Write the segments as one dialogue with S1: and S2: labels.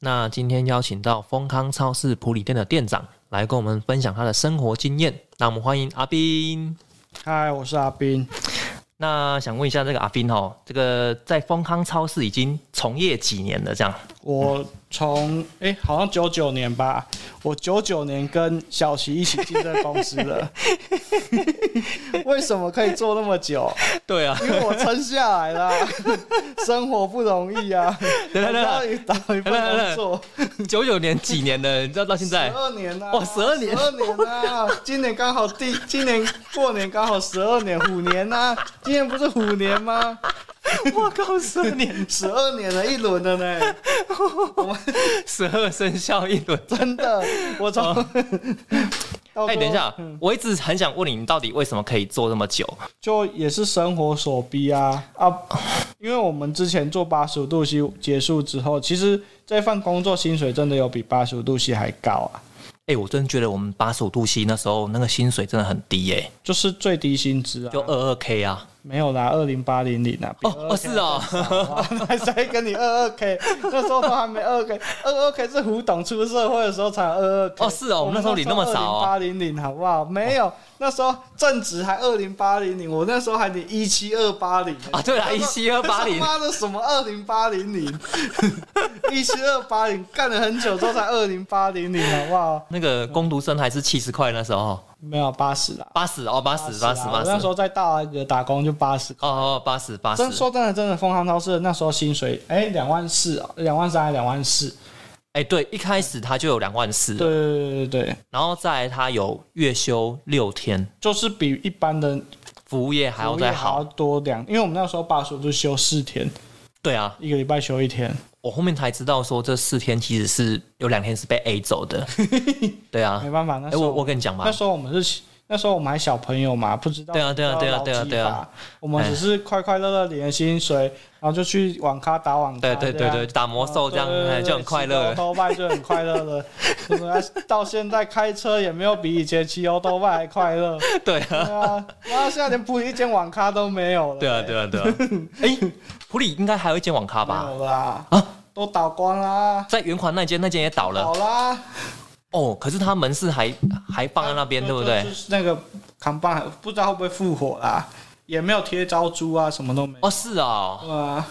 S1: 那今天邀请到丰康超市普里店的店长来跟我们分享他的生活经验。那我们欢迎阿斌。
S2: 嗨，我是阿斌。
S1: 那想问一下这个阿斌哦，这个在丰康超市已经从业几年了？这样
S2: 我从哎、好像九九年吧，我九九年跟小齐一起进这个公司 的。为什么可以做那么久？
S1: 对啊，
S2: 因为我撑下来啦，生活不容易啊。
S1: 等等等等
S2: 我知道找一份工作，
S1: 九九年几年了？你知道到现
S2: 十
S1: 在
S2: 二年啦、啊，
S1: 哇12年
S2: 十二年啦、啊。今年刚好第，今年过年刚好十二年，虎年呐、啊。今年不是虎年吗？
S1: 我靠，十二年，
S2: 十二年了，一轮了呢。我们
S1: 十二生肖一轮。
S2: 真的，我从
S1: 哦
S2: 差不多
S1: 哎，等一下，我一直很想问你，你到底为什么可以做这么久？
S2: 就也是生活所逼啊啊！因为我们之前做八十五度 C 结束之后，其实这份工作薪水真的有比八十五度 C 还高啊，
S1: 哎，我真觉得我们八十五度 C 那时候那个薪水真的很低耶、
S2: 就是最低薪资啊，
S1: 就二二 K 啊。
S2: 没有啦，二零八零零啊，比
S1: 哦哦是哦，
S2: 22K 还谁跟你二二 K？那 时候都还没二二 K，二二 K 是胡董出社会的时候才二二 K。
S1: 哦是哦我们那时候领那么少哦
S2: 八零零好不好？没有，那时候正值还二零八零零，我那时候还领一七二八零
S1: 啊对啦17280
S2: 他妈的什么二零八零零， 一七二八零，干了很久之后才二零八零零，好不好？
S1: 那个工读生还是七十块那时候，哦
S2: 没有八十啦，
S1: 八十哦，八十八十
S2: 啦
S1: 八
S2: 啊我
S1: 十。
S2: 那时候在大阿哥打工就八十
S1: 哦哦，八十八十。
S2: 真说真的，真的，丰康超市那时候薪水哎两、万四啊，两万三还两万四，
S1: 哎、对，一开始他就有两万四，
S2: 对对对对对，
S1: 然后再来他有月休六天，
S2: 就是比一般的
S1: 服务业还要
S2: 服务业
S1: 再
S2: 还
S1: 好。
S2: 要多两，因为我们那时候八十就休四天，
S1: 对啊，
S2: 一个礼拜休一天，
S1: 我后面才知道说这四天其实是有两天是被 A 走 的。对啊
S2: 没，办法，那
S1: 哎、
S2: 时候、
S1: 我我跟你讲吧
S2: 那，时候我们是。那时候我们还小朋友嘛，不知道
S1: 对啊对啊对啊
S2: 不知道劳基
S1: 对啊对啊
S2: 法我们只是快快乐乐领了薪水，然后就去网咖打网咖，
S1: 对对对
S2: 这
S1: 对，
S2: 样
S1: 打魔兽这样、
S2: 对对
S1: 哎
S2: 对
S1: 就很快乐
S2: 骑欧兜拜就很快乐了。对不对到现在开车也没有比以前骑欧兜拜还快乐。
S1: 对啊，
S2: 对啊，然后现在连普里一间网咖都没有了、
S1: 对啊，对啊，对啊。 哎、普里应该还有一间网咖
S2: 没
S1: 吧？
S2: 有啦，
S1: 啊
S2: 都倒光啦，
S1: 在圆环那间，那间也倒了
S2: 倒啦，
S1: 哦。可是他门市还还放在那边，对不
S2: 就
S1: 对？
S2: 就是那个扛棒不知道会不会复活啦，也没有贴招租啊，什么都没有。
S1: 哦，是哦，
S2: 对啊，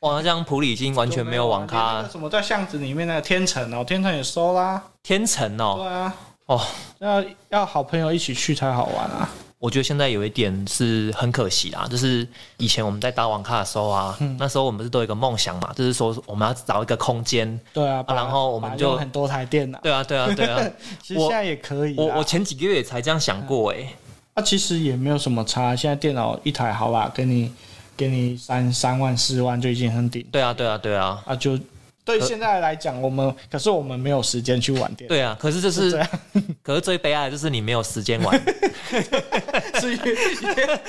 S1: 哇，那这样普里已经完全没有网
S2: 就没有啊连那
S1: 咖
S2: 个，什么在巷子里面那个天成哦，天成也收啦。
S1: 天成哦，
S2: 对啊，
S1: 哦，
S2: 要要好朋友一起去才好玩啊。
S1: 我觉得现在有一点是很可惜啦，就是以前我们在打网咖的时候啊，
S2: 嗯
S1: 那时候我们不是都有一个梦想嘛，就是说我们要找一个空间。
S2: 对啊，把
S1: 然后我们
S2: 把
S1: 就
S2: 用很多台电脑，
S1: 对啊，对啊，对 啊！
S2: 其实
S1: 我
S2: 现在也可以啦。
S1: 我我前几个月也才这样想过哎、
S2: 啊，其实也没有什么差，现在电脑一台好吧，给你给你三三万四万就已经很顶
S1: 对啊，对啊，对啊，
S2: 啊，就对现在来讲，我们可是我们没有时间去玩电脑，
S1: 对啊。可是这
S2: 是
S1: 是
S2: 这，样，
S1: 可是最悲哀的就是你没有时间 玩。
S2: 是约约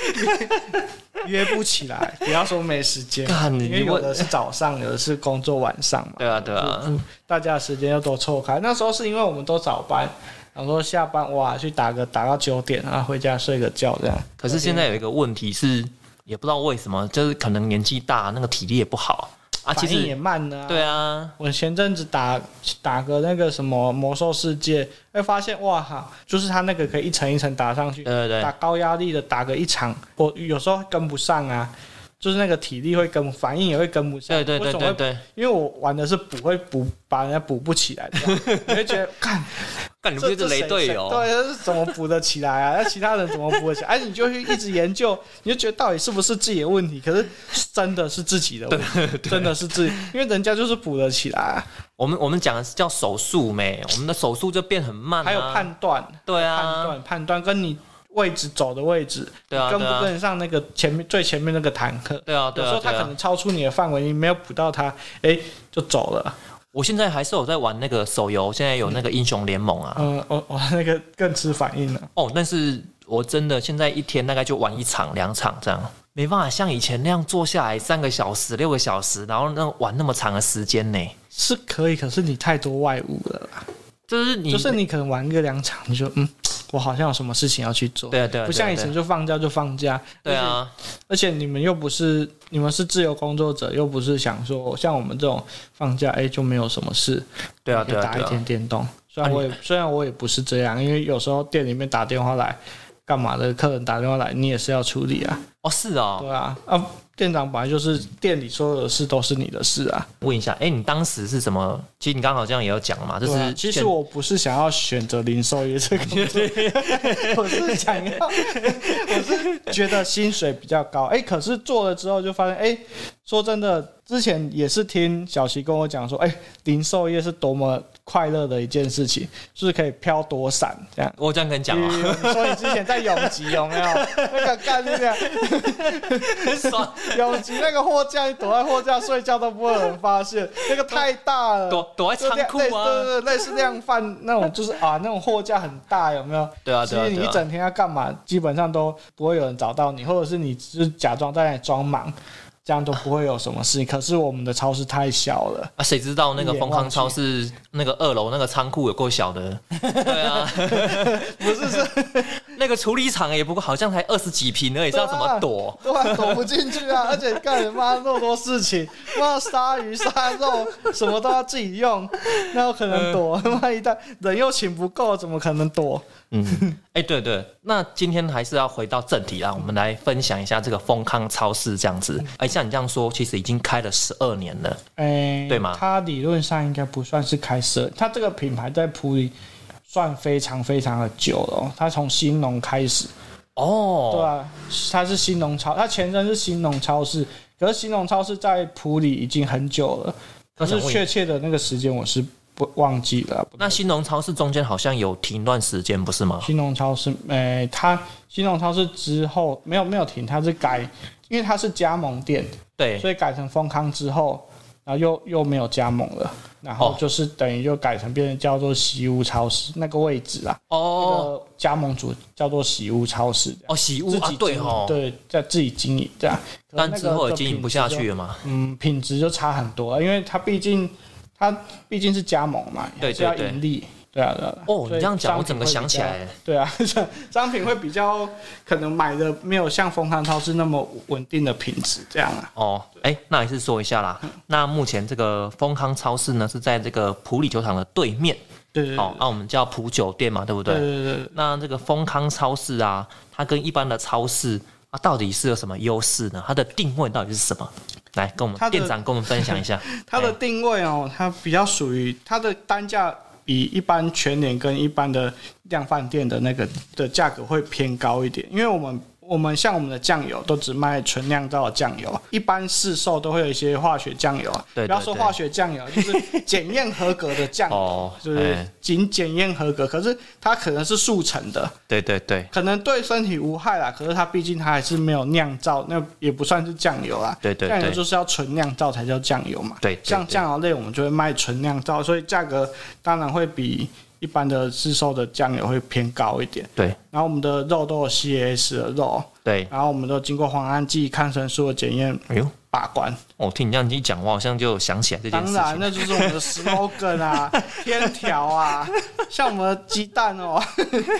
S2: 约不起来，不要说没时间，
S1: 干你
S2: 因为有的是早上，有的是工作晚上嘛，
S1: 对啊，对啊，
S2: 大家的时间要多错开。那时候是因为我们都早班，然后下班哇去打个打到九点，然后回家睡个觉这样。
S1: 可是现在有一个问题是，也不知道为什么，就是可能年纪大，那个体力也不好啊。其
S2: 反应也
S1: 实，
S2: 慢呢、啊，
S1: 对啊，
S2: 我前阵子打打个那个什么魔兽世界，会发现哇哈，就是它那个可以一层一层打上去
S1: 对，对
S2: 打
S1: 对，
S2: 高压力的打个一场，我有时候跟不上啊，就是那个体力会跟，反应也会跟不上。
S1: 对对
S2: 为
S1: 对
S2: 什么
S1: 对
S2: 会？
S1: 对。
S2: 因为我玩的是补会补，把人家补不起来 的，啊你会觉得看
S1: 干，你不
S2: 这
S1: 就是
S2: 这谁
S1: 雷队友？
S2: 对，这是怎么补得起来啊？那其他人怎么补得起来？哎、你就去一直研究，你就觉得到底是不是自己的问题？可是真的是自己的问题，真的是自己，因为人家就是补得起来啊、
S1: 我们我们讲的是叫手速没，我们的手速就变很慢、啊，
S2: 还有判断，
S1: 对
S2: 判
S1: 啊，
S2: 断判断跟你位置走的位置，
S1: 对啊，
S2: 跟
S1: 对
S2: 不
S1: 啊，
S2: 跟得上那个前面最前面那个坦克。
S1: 对啊，
S2: 有
S1: 对
S2: 时
S1: 啊，
S2: 候他
S1: 对
S2: 可
S1: 啊。
S2: 能超出你的范围，你没有补到他，哎、就走了。
S1: 我现在还是有在玩那个手游，现在有那个英雄联盟啊。
S2: 嗯，我我 那个更吃反应了。
S1: 哦，但是我真的现在一天大概就玩一场、两场这样，没办法像以前那样坐下来三个小时、六个小时，然后那玩那么长的时间呢。
S2: 是可以，可是你太多外物了啦，
S1: 就是你，
S2: 就是你可能玩个两场你就嗯，我好像有什么事情要去做，
S1: 对啊对啊，
S2: 不像以前就放假就放假，
S1: 对啊，
S2: 而且你们又不是你们是自由工作者，又不是想说像我们这种放假哎、就没有什么事，
S1: 对啊对啊
S2: 打
S1: 对
S2: 一
S1: 啊，
S2: 天电动。虽然我也虽然我也不是这样，因为有时候店里面打电话来干嘛的，客人打电话来你也是要处理啊，
S1: 哦是哦，
S2: 对啊啊。店长本来就是店里所有的事都是你的事啊，
S1: 问一下，哎，你当时是怎么？其实你刚好这样也有讲嘛，就
S2: 对啊
S1: 是
S2: 其
S1: 选
S2: 实我不是想要选择零售 业这个工作，我是想要，我是觉得薪水比较高。哎、可是做了之后就发现，哎、说真的，之前也是听小齐跟我讲说，哎、零售业是多么快乐的一件事情，就是可以飘躲伞这样。
S1: 我这样跟你讲
S2: 比
S1: 啊，
S2: 如你说你之前在永吉有没有那个干那个嗯
S1: 爽
S2: 永吉那个货架，你躲在货架睡觉都不会有人发现，那个太大了，
S1: 躲躲在仓库
S2: 类对
S1: 啊，
S2: 对对，类似量贩那种，就是啊，那种货架很大，有没有？
S1: 对啊
S2: 其
S1: 对啊
S2: 实你
S1: 对
S2: 一
S1: 啊，
S2: 整天要干嘛，基本上都不会有人找到你，或者是你只是假装在那里装忙，这样都不会有什么事情。可是我们的超市太小了，
S1: 啊谁知道那个
S2: 一眼
S1: 丰
S2: 望
S1: 康
S2: 去
S1: 超市那个二楼那个仓库有够小 的，对啊，
S2: 不是是，
S1: 那个处理厂也不过好像才二十几平而已，知道怎么躲？
S2: 对啊，躲不进去啊！而且干你妈那么多事情，妈杀鱼杀肉什么都要自己用，那有可能躲？妈一旦人又请不够，怎么可能躲？
S1: 嗯，哎、对对，那今天还是要回到正题啦，我们来分享一下这个丰康超市这样
S2: 嗯
S1: 子。哎、像你这样说，其实已经开了十二年了，
S2: 哎、
S1: 对吗
S2: 它理论上应该不算是开设，它这个品牌在普里算非常非常的久了哦、它从兴农开始，
S1: 哦，
S2: 对啊，它是兴农超，它前身是兴农超市，可是兴农超市在普里已经很久了，可
S1: 那
S2: 是
S1: 想问一
S2: 确切的那个时间我是不忘记了。不
S1: 那新农超市中间好像有停一段时间，不是吗？
S2: 新农超市，诶、它新农超市之后没有没有停，它是改，因为它是加盟店，
S1: 对，
S2: 所以改成丰康之后，然后又又没有加盟了，然后
S1: 哦
S2: 就是等于就改成变成叫做喜屋超市那个位置啦。
S1: 哦
S2: 那个加盟主叫做喜屋超市，
S1: 哦，喜屋
S2: 自己
S1: 啊
S2: 经，营
S1: 对哦，
S2: 对，在自己经营这样。可
S1: 但
S2: 能那
S1: 之
S2: 个
S1: 后也
S2: 的
S1: 经营
S2: 品
S1: 不下
S2: 质就
S1: 去了嘛。
S2: 嗯，品质就差很多了，因为它毕竟它毕竟是加盟嘛，
S1: 对
S2: 还是要
S1: 对对
S2: 盈利。对啊，对啊。
S1: 哦，你
S2: 所以
S1: 这样讲，我
S2: 商品
S1: 整个
S2: 会
S1: 想
S2: 比
S1: 起
S2: 较
S1: 来。
S2: 对啊， 商品会比较可能买的没有像丰康超市那么稳定的品质这样啊。
S1: 哦，哎、那还是说一下啦。那目前这个丰康超市呢，是在这个普里球场的对面，
S2: 对对对
S1: 哦，那、我们叫普酒店嘛，对不
S2: 对对对对，
S1: 那这个丰康超市啊，它跟一般的超市啊，到底是有什么优势呢？它的定位到底是什么？来，跟我
S2: 它
S1: 们
S2: 的
S1: 店长跟我们分享一 下。
S2: 它的定位哦，它比较属于它的单价比一般全年跟一般的量贩店的那个的价格会偏高一点，因为我们。我们像我们的酱油都只卖纯酿造的酱油，一般市售都会有一些化学酱油啊，
S1: 对对
S2: 不要说化学酱油，就是检验合格的酱油，
S1: 哦
S2: 就是
S1: 哎
S2: 仅检验合格，可是它可能是速成的，
S1: 对对对
S2: 可能对身体无害啦，可是它毕竟它还是没有酿造，那也不算是酱油啦。
S1: 对对
S2: 酱油
S1: 对
S2: 就是要纯酿造才叫酱油嘛。
S1: 对对
S2: 像
S1: 对
S2: 酱油类我们就会卖纯酿造，所以价格当然会比一般的市售的酱油会偏高一点。
S1: 对
S2: 然后我们的肉都有 CAS 的肉，
S1: 对，
S2: 然后我们都经过磺胺剂、抗生素的检验
S1: 哎呦，
S2: 把关。
S1: 我、哦听你这样一讲，我好像就想起来这件
S2: 当
S1: 事
S2: 然，
S1: 情。
S2: 那就是我们的 slogan 啊，天条啊，像我们的鸡蛋哦，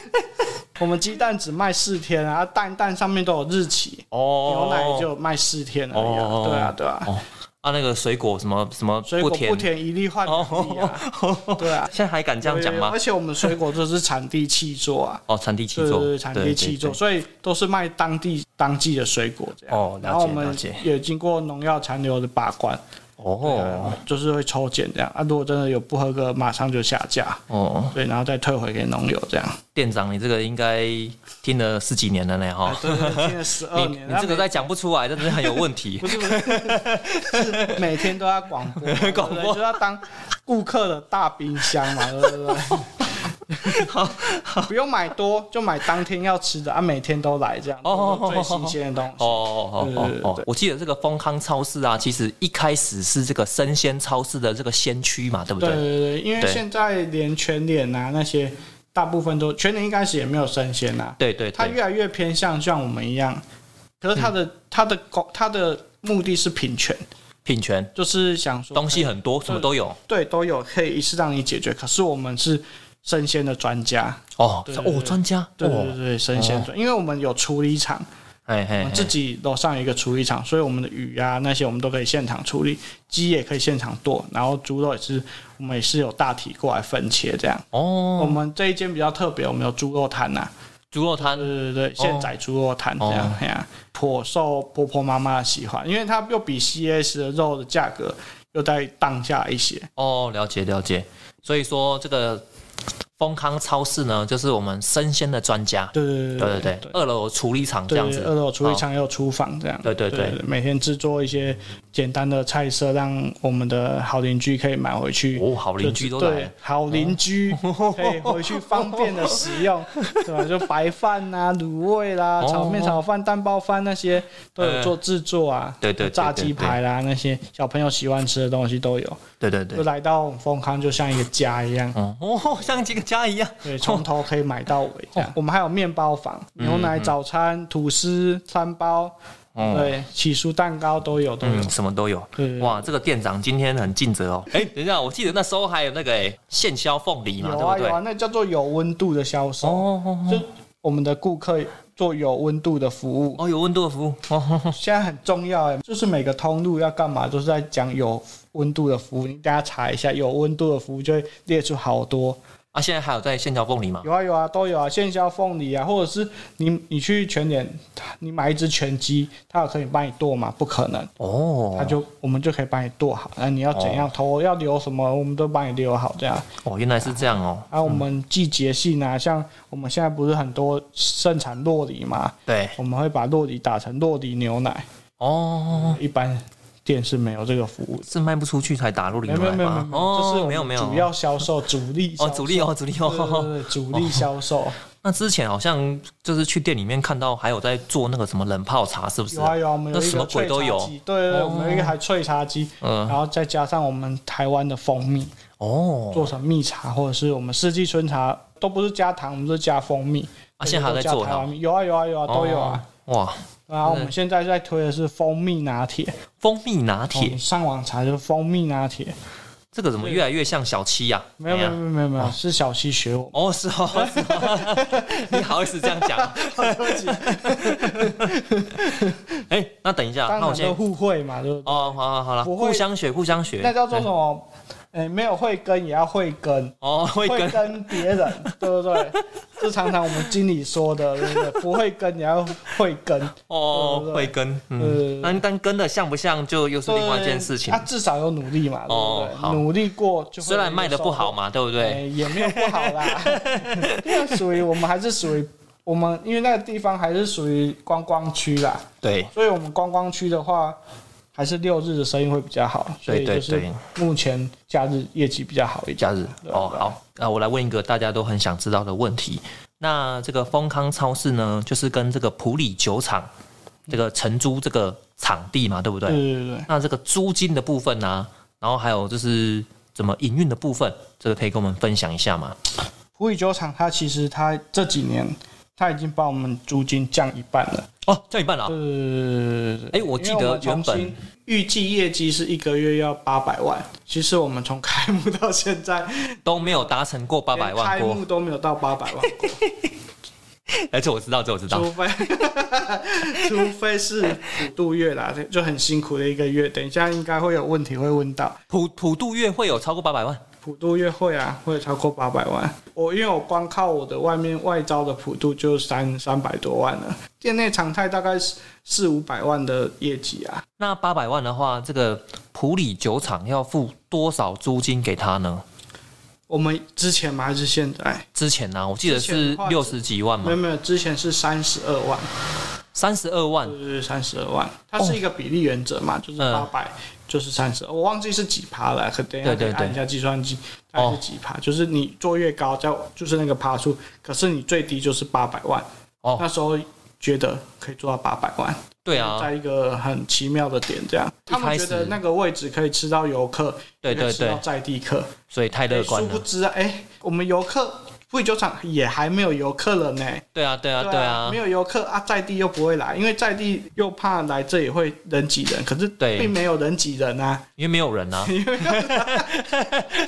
S2: 我们鸡蛋只卖四天啊，蛋蛋上面都有日期，
S1: 哦
S2: 牛，奶就卖四天而已啊，
S1: 哦
S2: 对啊，对啊，
S1: 哦啊，那个水果什么什么
S2: 水果
S1: 甜
S2: 不甜一粒换一粒啊，
S1: 哦，
S2: 对啊，
S1: 现在还敢这样讲
S2: 对
S1: 吗
S2: 而？且我们水果都是产地契 作啊，
S1: 哦，产地七
S2: 对对
S1: 座，
S2: 对，产地契作，
S1: 对对
S2: 所以都是卖当地当季的水果这样。
S1: 哦了解
S2: 然后我们
S1: 了解
S2: 也经过农药残留的把关，
S1: 哦
S2: 哦，就是会抽检这样啊，如果真的有不合格，马上就下架。
S1: 哦，
S2: 对，然后再退回给农友这样。
S1: 店长，你这个应该听了十几年了呢，哈、
S2: 对对对，听了十哎二
S1: 哦 你
S2: 年，
S1: 你这个再讲不出来，真的是很有问题
S2: 不。是不是，是 每天都要广 播嘛，对不对
S1: 广播
S2: 就要当顾客的大冰箱嘛，对 不对？不用买多，就买当天要吃的啊，每天都来这样，
S1: 哦
S2: 都是最新鲜的东西。
S1: 哦哦哦
S2: 对对
S1: 哦
S2: 对
S1: 哦！我记得这个丰康超市啊，其实一开始是这个生鲜超市的这个先驱嘛，哦对不
S2: 对
S1: 对？
S2: 对对，因为
S1: 对
S2: 现在连全脸啊那些，大部分都全脸一开始也没有生鲜啊，
S1: 对对嗯
S2: 它
S1: 对，
S2: 越来越偏向像我们一样，可是它的它的公它的目的是平权，
S1: 品权
S2: 就是想说
S1: 东西很多，什么都有。
S2: 对，都有可以一次让你解决。可是我们是生鲜的专家，
S1: 哦，
S2: 对对
S1: 哦，
S2: 对
S1: 专家，
S2: 对对
S1: 哦，
S2: 对，生鲜专，因为我们有处理厂，
S1: 哎
S2: 我
S1: 哎
S2: 们，自己楼上有一个处理厂，所以我们的鱼啊那些我们都可以现场处理，鸡也可以现场剁，然后猪肉也是我们也是有大体过来分切这样。我
S1: 哦，
S2: 们这一间比较特别，我们有猪肉摊呐、
S1: 猪肉摊
S2: 对对对，现宰猪肉摊这样
S1: 哦，
S2: 哎呀，颇受婆婆妈妈的喜欢，因为它又比 CS 的肉的价格又再荡下一些。
S1: 哦，了解了解。所以说这个丰康超市呢，就是我们生鲜的专家，
S2: 对
S1: 对
S2: 对
S1: 对
S2: 对
S1: 对，二楼有处理厂这
S2: 对
S1: 样
S2: 对，
S1: 子，
S2: 二楼厨艺场也有厨房这样。
S1: 对对嗯对，
S2: 每天制作一些简单的菜色，让我们的好邻居可以买回去。
S1: 哦，好邻居都来
S2: 对
S1: 了，，哦
S2: 好邻居 可以回去方便的 食用，对吧？就白饭呐、卤味啦、
S1: 哦呃
S2: 炒面、炒饭、蛋包饭那些都有做制作啊。
S1: 对对对对
S2: 炸鸡排啦那些小朋友喜欢吃的东西都有。
S1: 对对
S2: 就
S1: 对，
S2: 来到丰康就像一个家一样，
S1: 嗯，哦， 像几个家一样，
S2: 对，从头可以买到尾这
S1: 哦
S2: 样。我们还有面包房、
S1: 嗯
S2: 牛奶早餐、吐司、餐包，
S1: 哦，
S2: 对，起酥蛋糕都有都有
S1: 嗯，。什么都有。
S2: 对，
S1: 哇，这个店长今天很尽责哦。哎，等一下，我记得那时候还有那个哎，现削凤梨嘛，
S2: 有
S1: 对
S2: 啊
S1: 不
S2: 有
S1: 对？
S2: 啊，那叫做有温度的销售，
S1: 哦哦
S2: 就我们的顾客做有温度的服务，
S1: 哦，有温度的服务哦，
S2: 现在很重要哎，就是每个通路要干嘛，都是在讲有温度的服务，你大家查一下，有温度的服务就会列出好多，
S1: 啊，现在还有在现削凤梨吗？
S2: 有啊有啊都有啊，现销凤梨啊，或者是你你去全联，你买一只全鸡，它有可以帮你剁吗？不可能。
S1: 哦，
S2: 它就我们就可以帮你剁好，那你要怎样头要留什么，我们都帮你留好这样。啊
S1: 哦，原来是这样哦。
S2: 啊，我们季节性啊，像我们现在不是很多盛产洛梨嘛，
S1: 对，
S2: 我们会把洛梨打成洛梨牛奶，
S1: 哦，
S2: 一般店是没有这个服务的。
S1: 是卖不出去才打入
S2: 没
S1: 零
S2: 有没有
S1: 来
S2: 没有
S1: 吗？
S2: 没有，这是
S1: 哦，
S2: 我
S1: 没有
S2: 们
S1: 没有，
S2: 主要销售主力销
S1: 哦，
S2: 售
S1: 主力哦，主力
S2: 对对
S1: 哦。
S2: 对主力销售
S1: 那之前好像就是去店里面看到还有在做那个什么冷泡茶，是不是
S2: 有？啊有啊，我们有
S1: 那
S2: 一
S1: 什
S2: 个
S1: 么
S2: 脆
S1: 鬼
S2: 茶
S1: 都有
S2: 机，对对对，
S1: 哦
S2: 我们有一个还脆茶机，然
S1: 嗯，
S2: 后再加上我们台湾的蜂蜜，
S1: 哦，
S2: 做成蜜茶或者是我们四季春茶，都不是加糖，我们都是加蜂蜜。
S1: 啊，现在还在
S2: 都
S1: 做
S2: 加台湾
S1: 哈，
S2: 蜜有啊有啊有啊都有啊。
S1: 哦。哇，
S2: 然后我们现在在推的是蜂蜜拿铁，
S1: 蜂蜜拿
S2: 哦
S1: 铁
S2: 你上网查就是蜂蜜拿铁，
S1: 这个怎么越来越像小七呀？
S2: 没有
S1: 哎
S2: 没
S1: 呀
S2: 有没有没有没有，是小七学我，
S1: 哦，是哦，是哦 你好意思这样讲？ 哎，那等一下，
S2: 当
S1: 那我
S2: 然
S1: 先
S2: 都互惠嘛，对不对？
S1: 哦，好好好了，
S2: 不会
S1: 互相学，互相学。
S2: 那叫做什么？哎，没有慧根也要慧根，
S1: 哦，会
S2: 慧
S1: 跟
S2: 根别人，对不对？ 这常常我们经理说的，对不对？不会跟也要慧根，对
S1: 哦
S2: 对，对
S1: 会跟
S2: 对
S1: 嗯，但但跟的像 不像，就又是另外一件事情
S2: 他。啊至少有努力嘛，对
S1: 哦
S2: 不对？
S1: 好
S2: 努力过就会
S1: 虽然卖的不好嘛，对不
S2: 有收获，
S1: 对？
S2: 哎也没有不好 啦。因为属于我们还是属于我们，因为那个地方还是属于观光区啦，
S1: 对
S2: 所以我们观光区的话，还是六日的生意会比较好，所
S1: 对
S2: 以就
S1: 对
S2: 是
S1: 对，
S2: 目前假日业绩比较好一点。
S1: 假日哦好，那我来问一个大家都很想知道的问题。那这个丰康超市呢，就是跟这个普里酒厂这个承租这个场地嘛，对不
S2: 对
S1: 对？
S2: 对对对，
S1: 那这个租金的部分呢、然后还有就是怎么营运的部分，这个可以跟我们分享一下吗？
S2: 普宇酒厂它其实它这几年它已经把我们租金降一半了。
S1: 哦，叫你办了
S2: 对，对对对对
S1: 哎我记得原本
S2: 预计业绩是一个月要八百万，其实我们从开幕到现在，
S1: 都没有达成过八百
S2: 连
S1: 万
S2: 开
S1: 过
S2: 幕，都没有到八百 万过，
S1: 而且我知道，这我知道。
S2: 除非 除非是普渡月啦，就很辛苦的一个月。等一下应该会有问题会问到。
S1: 普普渡月会有超过八百万
S2: 普渡月会啊，会超过八百万。我因为我光靠我的外面外招的普渡就三三百多万了，店内常态大概是四五百万的业绩啊。
S1: 那八百万的话，这个普里酒厂要付多少租金给他呢？
S2: 我们之前吗？还是现在？
S1: 之前呢、我记得
S2: 之前
S1: 是
S2: 的话
S1: 六十几万
S2: 没有
S1: 嘛，
S2: 没有，之前是三十二万，
S1: 三十二万
S2: 对对对，三十二万，它是一个比例原则嘛，就是
S1: 嗯
S2: 八百、就是三十，我忘记是几趴了，可等一
S1: 对
S2: 下可
S1: 对哦
S2: 以按一下计算机，大概是几趴，就是你做越高，在就是那个趴数，可是你最低就是八百万，
S1: 哦
S2: 那时候觉得可以做到八百万。
S1: 对啊
S2: 在，一个很奇妙的点，这样
S1: 一
S2: 他们
S1: 开
S2: 觉
S1: 始
S2: 得那个位置可以吃到游客，
S1: 对
S2: 也可以
S1: 对
S2: 吃到
S1: 对，
S2: 在地客，
S1: 所以太
S2: 哎
S1: 乐观
S2: 殊不
S1: 了。
S2: 知啊，哎、我们游客富裕酒厂也还没有游客了呢。
S1: 对啊，对啊，对啊
S2: 没，有游客啊，在地又不会来，因为在地又怕来这里会人挤人，可是
S1: 对
S2: 并没有人挤人 啊，
S1: 因为没有 人啊，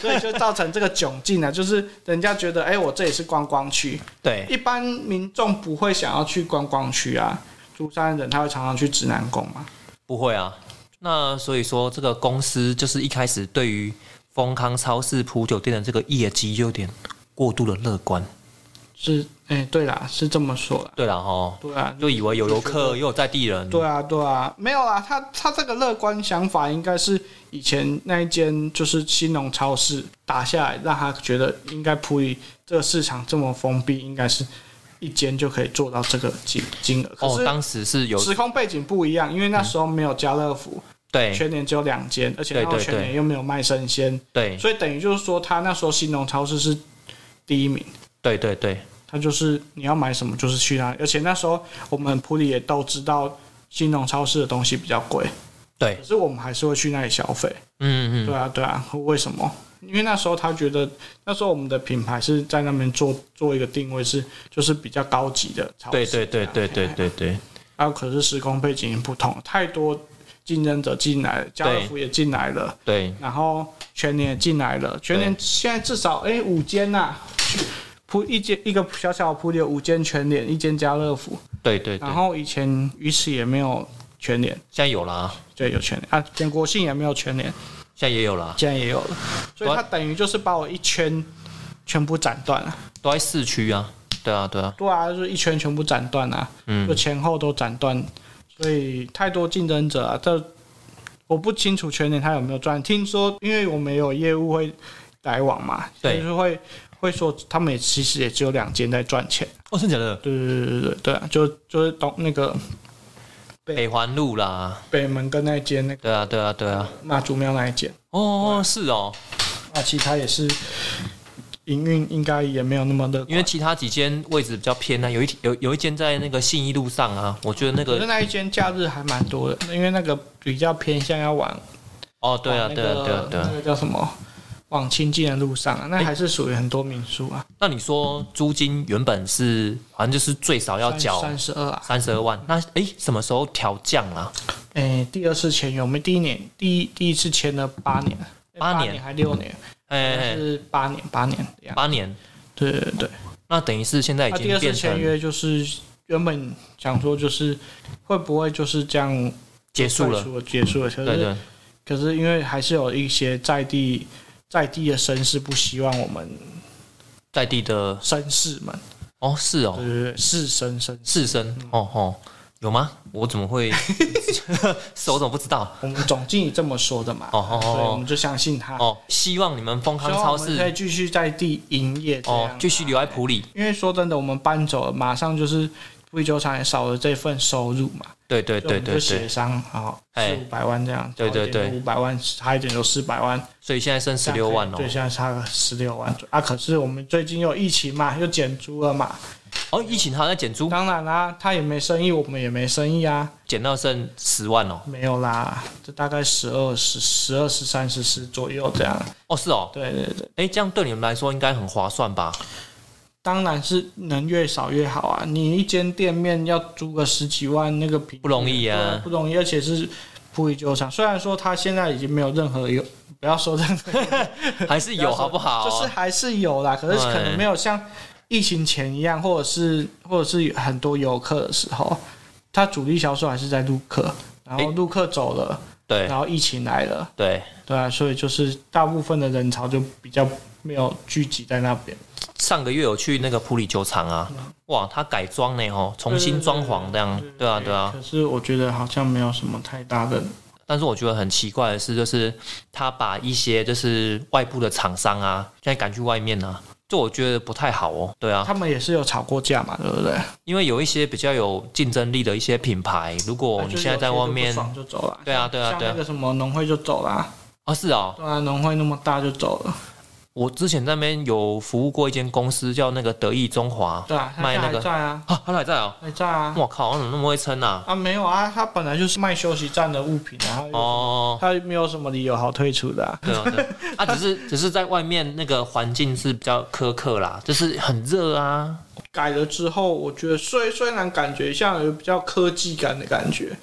S2: 所以就造成这个窘境啊，就是人家觉得，哎、我这里是观光区，
S1: 对，
S2: 一般民众不会想要去观光区啊。竹山人他会常常去指南宫嘛，
S1: 不会啊。那所以说，这个公司就是一开始对于丰康超市普酒店的这个业绩就有点过度的乐观。
S2: 是，哎、对啦，是这么说啦，
S1: 对了哈，
S2: 对啊，
S1: 就以为有游客又有在地人，
S2: 对啊，对啊，没有啦，他他这个乐观想法应该是以前那一间就是新农超市打下来，让他觉得应该普以这个市场这么封闭，应该是一间就可以做到这个金金额。可
S1: 哦，
S2: 是
S1: 当时是有嗯
S2: 时空背景不一样，因为那时候没有家乐福，
S1: 对
S2: 全年只有两间，而且
S1: 对
S2: 然后
S1: 对
S2: 全
S1: 对
S2: 年又没有卖生鲜，
S1: 对
S2: 所以等于就是说他那时候新农超市是第一名。
S1: 对对对，
S2: 他就是你要买什么就是去哪里，而且那时候我们普里也都知道新农超市的东西比较贵，
S1: 对
S2: 可是我们还是会去那里消费。
S1: 嗯嗯
S2: 对啊，对啊，为什么？因为那时候他觉得，那时候我们的品牌是在那边做做一个定位是，就是比较高级的超市、
S1: 对对对对对
S2: 啊。
S1: 对对
S2: 然后可是时空背景不同，太多竞争者进来了，家乐福也进来了，
S1: 对，
S2: 然后全年也进来了，全年现在至少哎五间呐、铺一间一个小小的铺有五间全联，一间家乐福，
S1: 对对对
S2: 然，后以前鱼池也没有全联，
S1: 现在有啦，
S2: 对，有全联啊，全国性也没有全联，
S1: 现在也有啦，
S2: 现在也有了，所以它等于就是把我一圈全部斩断了。
S1: 都在市区啊，对啊对啊，
S2: 对啊，就是一圈全部斩断啊，就
S1: 嗯，
S2: 前后都斩断，所以太多竞争者啊，这我不清楚全年他有没有赚。听说因为我们有业务会来往嘛，
S1: 对
S2: 就是会会说他们也其实也只有两间在赚钱。
S1: 哦，真的假的？
S2: 对对对对对对啊，就就是懂那个
S1: 北环路啦，
S2: 北门跟那间那个
S1: 对啊对啊对啊，
S2: 妈祖庙那一间，
S1: 哦哦是哦，
S2: 啊，其他也是营运应该也没有那么乐观，
S1: 因为其他几间位置比较偏啊，有一有有一间在那个信义路上啊，我觉得那
S2: 可是
S1: 个
S2: 那一间假日还蛮多的，因为那个比较偏向要往
S1: 哦对啊
S2: 往那
S1: 对啊
S2: 个
S1: 对啊对啊
S2: 那，个叫什么往清境的路上啊，那还是属于很多民宿啊，
S1: 那你说租金原本是好像就是最少要缴
S2: 三十二啊，
S1: 三十二万，那诶什么时候调降啊？
S2: 哎、第二次签约，我们第一年第一第一次签了八年，哎
S1: 八年
S2: 年还六年，
S1: 哎哎哎，
S2: 是八年八年的样子，
S1: 八年，
S2: 对对对，
S1: 那等于啊是现在已
S2: 那第
S1: 经
S2: 二次
S1: 变
S2: 签
S1: 成
S2: 约就是原本想说就是会不会就是这样
S1: 结束
S2: 快
S1: 了，
S2: 速地结束了，可
S1: 对
S2: 是
S1: 对
S2: 可是因为还是有一些在地在地的绅士不希望我们
S1: 在地的
S2: 绅士们，
S1: 哦是
S2: 对
S1: 哦
S2: 对对，士绅绅士，
S1: 士绅哦哦有吗？我怎么会 是我怎么不知道？
S2: 我们总经理这么说的嘛，
S1: 哦哦哦
S2: 所以我们就相信他。
S1: 哦，希望你们丰康
S2: 希望
S1: 超
S2: 我们可以
S1: 市
S2: 继续在地营业这样
S1: 哦
S2: 啊，
S1: 继续留在普里，
S2: 因为说真的，我们搬走了，马上就是富裕酒厂也少了这份收入嘛，
S1: 对对
S2: 所以
S1: 对
S2: 我们就
S1: 对
S2: 协
S1: 对，
S2: 商好
S1: 哎
S2: 四五百万这样，
S1: 对对对
S2: 五百万差一点就四百万，
S1: 所以现在剩十六万哦
S2: 对，现在差个十六万左右啊。可是我们最近又疫情嘛，又减租了嘛，
S1: 哦，疫情还在减租，
S2: 当然啦，他也没生意，我们也没生意啊，
S1: 减到剩十万哦
S2: 没有啦，就大概十二、十十二、十三、十四左右这样。
S1: 哦是哦，
S2: 对对对，
S1: 诶，这样对你们来说应该很划算 吧？
S2: 当然是能越少越好啊！你一间店面要租个十几万，那个平
S1: 不容易啊
S2: 对不容易，而且是不宜纠缠。虽然说他现在已经没有任何有，不要说任何，
S1: 还是有好不 好？
S2: 啊
S1: 啊
S2: 就是还是有啦，可是可能没有像疫情前一样，或者是或者是很多游客的时候，他主力销售还是在陆客，然后陆客走了。
S1: 对
S2: 然后疫情来了，
S1: 对，
S2: 对啊，所以就是大部分的人潮就比较没有聚集在那边，
S1: 上个月有去那个普里酒厂啊，
S2: 嗯
S1: 哇，它改装呢哦，重新装潢这样，对啊对啊。
S2: 可是我觉得好像没有什么太大的，
S1: 但是我觉得很奇怪的是，就是他把一些就是外部的厂商啊，现在赶去外面啊，这我觉得不太好哦。对啊，
S2: 他们也是有吵过架嘛，对不对？
S1: 因为有一些比较有竞争力的一些品牌，如果哦你现在在外面
S2: 啊就是有些就不爽就走了，
S1: 对啊对啊
S2: 像
S1: 对啊
S2: 那个什么农会就走了，
S1: 哦，是哦，
S2: 对啊，农会那么大就走了，
S1: 我之前在那边有服务过一间公司，叫那个德意中华
S2: 对啊，他
S1: 卖
S2: 现
S1: 那
S2: 在还
S1: 个
S2: 在啊，
S1: 啊，他还在哦、
S2: 还在啊，
S1: 我靠，他怎么那么会撑啊？
S2: 啊没有啊，他本来就是卖休息站的物品啊，
S1: 哦，
S2: 他没有什么理由好退出的啊、
S1: 对啊，对啊，啊，只是只是在外面那个环境是比较苛刻啦，就是很热啊，
S2: 改了之后，我觉得虽虽然感觉像有比较科技感的感觉，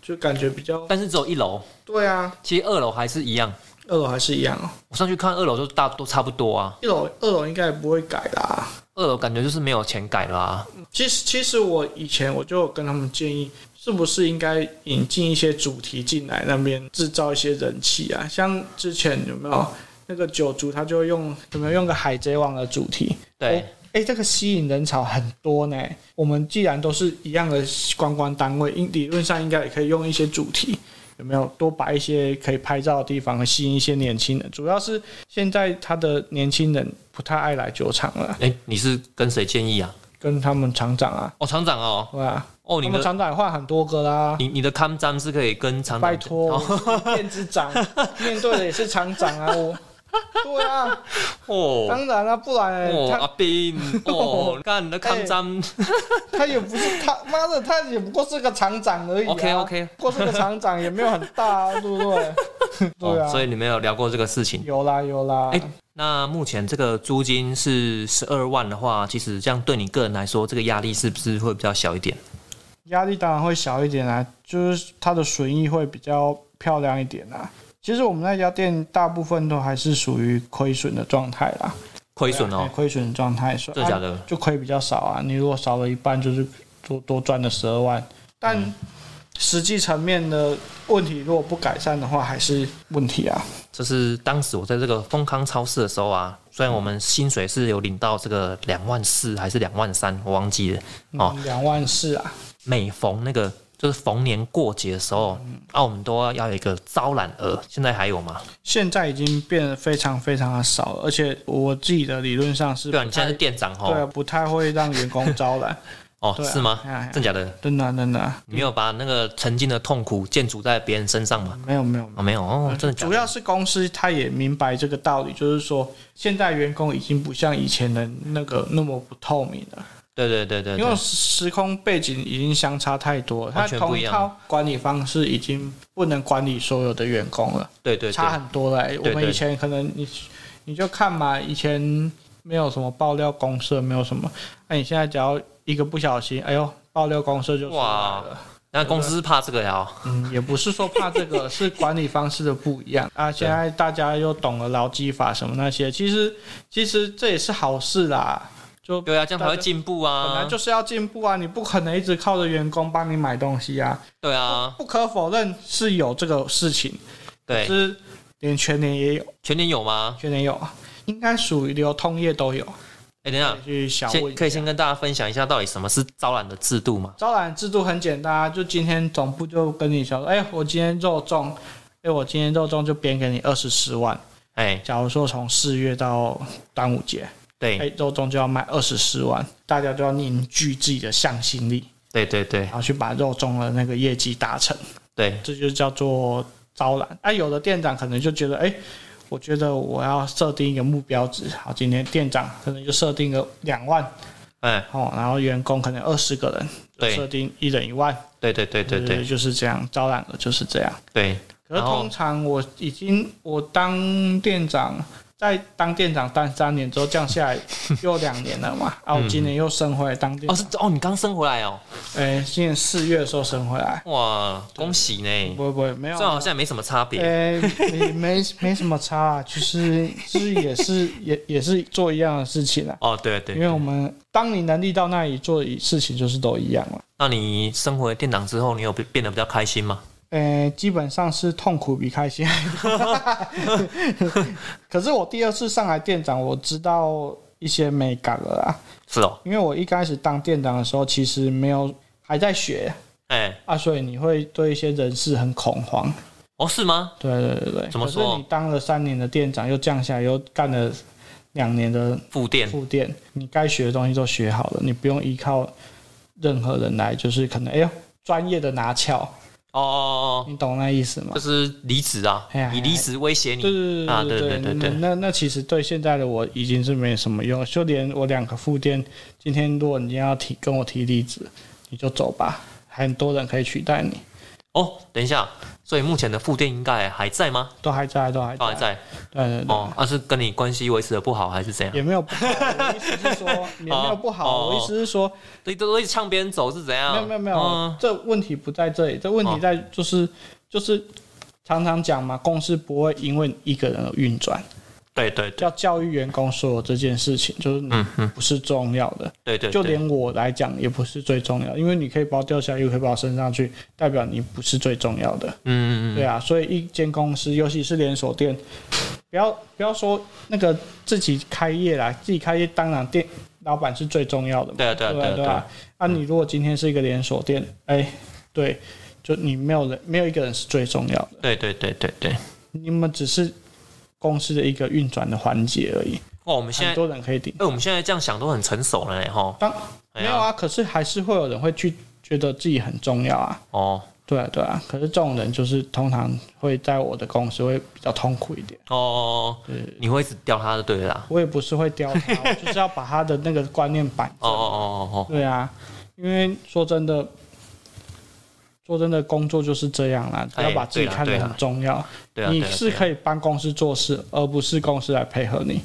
S2: 就感觉比较
S1: 但是只有一楼，
S2: 对啊，
S1: 其实二楼还是一样。
S2: 二楼还是一样哦，
S1: 我上去看二楼就大都差不多啊，
S2: 一楼二楼应该也不会改啊啦。
S1: 二楼感觉就是没有钱改啊啦、
S2: 其实其实我以前我就有跟他们建议，是不是应该引进一些主题进来那边制造一些人气啊？像之前有没有那个九族，他就用有没有用个海贼王的主题？
S1: 对，
S2: 哎、这个吸引人潮很多呢。我们既然都是一样的观光单位，应理论上应该也可以用一些主题，有没有多摆一些可以拍照的地方，吸引一些年轻人？主要是现在他的年轻人不太爱来酒厂了，
S1: 哎、你是跟谁建议啊？
S2: 跟他们厂长啊，
S1: 哦，厂长哦，
S2: 对啊，
S1: 哦，
S2: 他
S1: 你
S2: 们
S1: 的
S2: 厂长换很多个啦。
S1: 你你的康章是可以跟厂长
S2: 拜托，
S1: 哦
S2: 我 是店之长面对的也是厂长啊，我。对啊，
S1: 哦
S2: 当然啦、不然、
S1: 哦阿
S2: 他
S1: 斌 哦，干你的康章
S2: 他也不是他妈的，他也不过是个厂长而已、啊。
S1: ，OK OK，
S2: 过去的厂长也没有很大、啊，对不 对？对啊，
S1: 哦所以你们有聊过这个事情。
S2: 有啦有啦。
S1: 哎那目前这个租金是十二万的话，其实这样对你个人来说，这个压力是不是会比较小一点？
S2: 压力当然会小一点啊，就是它的损益会比较漂亮一点啊。其实我们那家店大部分都还是属于亏损的状态啦，
S1: 亏损
S2: 对啊
S1: 哦，
S2: 亏损的状态，所以
S1: 真的假的？
S2: 就亏比较少啊。你如果少了一半，就是多多赚了十二万，
S1: 嗯
S2: 但实际层面的问题如果不改善的话，还是问题啊。
S1: 这是当时我在这个丰康超市的时候啊，虽然我们薪水是有领到这个两万四还是两万三，我忘记了。哦
S2: 嗯，两万四啊，
S1: 每逢那个就是逢年过节的时候，啊，我们都要有一个招揽额，现在还有吗？
S2: 现在已经变得非常非常的少了，而且我自己的理论上是
S1: 对啊，
S2: 不
S1: 你现在
S2: 太
S1: 是店长
S2: 对啊，
S1: 哦，
S2: 不太会让员工招 揽，
S1: 哦，
S2: 对啊
S1: 是吗？
S2: 哎呀
S1: 真假的？
S2: 真的啊真的啊，
S1: 你没有把那个曾经的痛苦建筑在别人身上吗？
S2: 没有没有，
S1: 啊，没有哦，真的假
S2: 嗯主
S1: 的？
S2: 要是公司他也明白这个道理，就是说现在员工已经不像以前的那个那么不透明了，
S1: 对对对对
S2: 因为
S1: 对，
S2: 时空背景已经相差太多了，他
S1: 完全不
S2: 同
S1: 一
S2: 一
S1: 样
S2: 套管理方式已经不能管理所有的员工了。
S1: 对对
S2: 差
S1: 对，
S2: 很多了、欸
S1: 对
S2: 我们以前可能你你就看嘛，以前没有什么爆料公社，没有什么，那、你现在只要一个不小心，哎呦，爆料公社就出来了。
S1: 那公司是怕这个呀哦？
S2: 嗯，也不是说怕这个，是管理方式的不 一样啊。现在大家又懂了劳基法什么那些，其实其实这也是好事啦。就
S1: 对啊，这样才会进步
S2: 本来
S1: 啊。
S2: 就是要进步啊，你不可能一直靠着员工帮你买东西啊。
S1: 对啊，
S2: 不可否认是有这个事情，可
S1: 对，
S2: 是连全年也有。
S1: 全年有吗？
S2: 全年有，应该属于流通业都有。
S1: 哎，等一下
S2: 可以，去小问
S1: 先
S2: 一
S1: 可以
S2: 下。
S1: 先跟大家分享一下到底什么是招揽的制度吗？
S2: 招揽制度很简单啊，就今天总部就跟你说，哎、我今天肉粽，哎、我今天肉粽就编给你二十四万。
S1: 哎，
S2: 假如说从四月到端午节，哎、
S1: 对
S2: 肉粽就要卖二十四万，大家就要凝聚自己的向心力，
S1: 对对对
S2: 然后去把肉粽的那个业绩达成，
S1: 对，
S2: 这就叫做招揽。哎、有的店长可能就觉得，哎、我觉得我要设定一个目标值，好，今天店长可能就设定个两万。
S1: 哎，
S2: 哦，然后员工可能二十个人，就
S1: 对
S2: 设定一人一万，
S1: 对对对对对
S2: 就是这样，招揽的就是这样。
S1: 对，
S2: 可是
S1: 然后
S2: 通常我已经我当店长，在当店长当三年之后降下来又两年了嘛，啊，我今年又升回来当
S1: 嗯
S2: 店
S1: 哦
S2: 长
S1: 是，哦，你刚升回来哦，
S2: 哎，今年四月的时候升回来，
S1: 哇，恭喜呢！
S2: 不会不会没有啊
S1: 虽然好像也没什么差别，
S2: 哎，没没没什么差啊，就是就是也是 也也是做一样的事情啊，
S1: 哦，对
S2: 因为
S1: 对，
S2: 我们当你能力到那里做的事情就是都一样了。
S1: 那你升回店长之后，你有变得比较开心吗？
S2: 呃，基本上是痛苦比开心。可是我第二次上来店长，我知道一些美感了啊。
S1: 是哦，
S2: 因为我一开始当店长的时候，其实没有还在学
S1: 哎，
S2: 啊，所以你会对一些人事很恐慌。
S1: 哦是吗？
S2: 对对对对。
S1: 怎么
S2: 可是
S1: 说
S2: 你当了三年的店长，又降下来，又干了两年的
S1: 副店，
S2: 副店，你该学的东西都学好了，你不用依靠任何人来，就是可能哎呦专业的拿翘。
S1: 哦哦哦，
S2: 你懂那意思吗
S1: 就？是离职啊
S2: 哎呀，
S1: 以离职威胁
S2: 对
S1: 你。
S2: 对
S1: 啊
S2: 对
S1: 对对对
S2: 那
S1: 对
S2: 那那其实对现在的我已经是没什么用，就连我两个副店，今天如果你要提跟我提离职，你就走吧，很多人可以取代你，
S1: 哦，等一下，所以目前的副店应该还在吗？哦
S2: 都还在，都还
S1: 都还
S2: 在，
S1: 在
S2: 对对对。
S1: 哦，啊是跟你关系维持的不好还是怎样？
S2: 也没有不好， 我意思是说也没有不好，
S1: 哦
S2: 我意思是说
S1: 对，都都一直唱别人走是怎样？
S2: 没有没有没有
S1: 嗯，
S2: 这问题不在这里，这问
S1: 哦
S2: 题在就是就是常常讲嘛，公司不会因为你一个人而运转，
S1: 对对对
S2: 要教育员工说这件事情就是你
S1: 嗯嗯
S2: 不是重要的，
S1: 对对，
S2: 就
S1: 对
S2: 连我来讲也不是最重要，因为你可以包掉下来，又可以包升上去，代表你不是最重要的。
S1: 嗯嗯
S2: 对啊，所以一间公司，尤其是连锁店，不要不要说那个自己开业啦，自己开业当然店老板是最重要的
S1: 嗯，
S2: 嘛，
S1: 对啊对啊
S2: 对
S1: 对
S2: 啊
S1: 啊
S2: 对
S1: 对
S2: 啊
S1: 啊，。
S2: 啊，你如果今天是一个连锁店，哎，对，就你没有人没有一个人是最重要的，
S1: 对对对对对。
S2: 你们只是公司的一个运转的环节而已，
S1: 哇，哦我们现在
S2: 很多人可以顶。
S1: 哎、我们现在这样想都很成熟了呢，哈。
S2: 当
S1: 哎
S2: 没
S1: 呀
S2: 有啊，可是还是会有人会去觉得自己很重要啊。
S1: 哦
S2: 对啊，对啊，可是这种人就是通常会在我的公司会比较痛苦一点。
S1: 哦哦，哦你会一直掉他就对了啦。
S2: 我也不是会刁他，我就是要把他的那个观念摆
S1: 哦哦
S2: 正。
S1: 哦哦，
S2: 对啊，因为说真的，说真的，工作就是这样啦，
S1: 哎
S2: 要把自己看得
S1: 对啦
S2: 很重要。
S1: 对啊，
S2: 你
S1: 对啊
S2: 是
S1: 对啊
S2: 可以帮公司做事，而不是公司来配合你。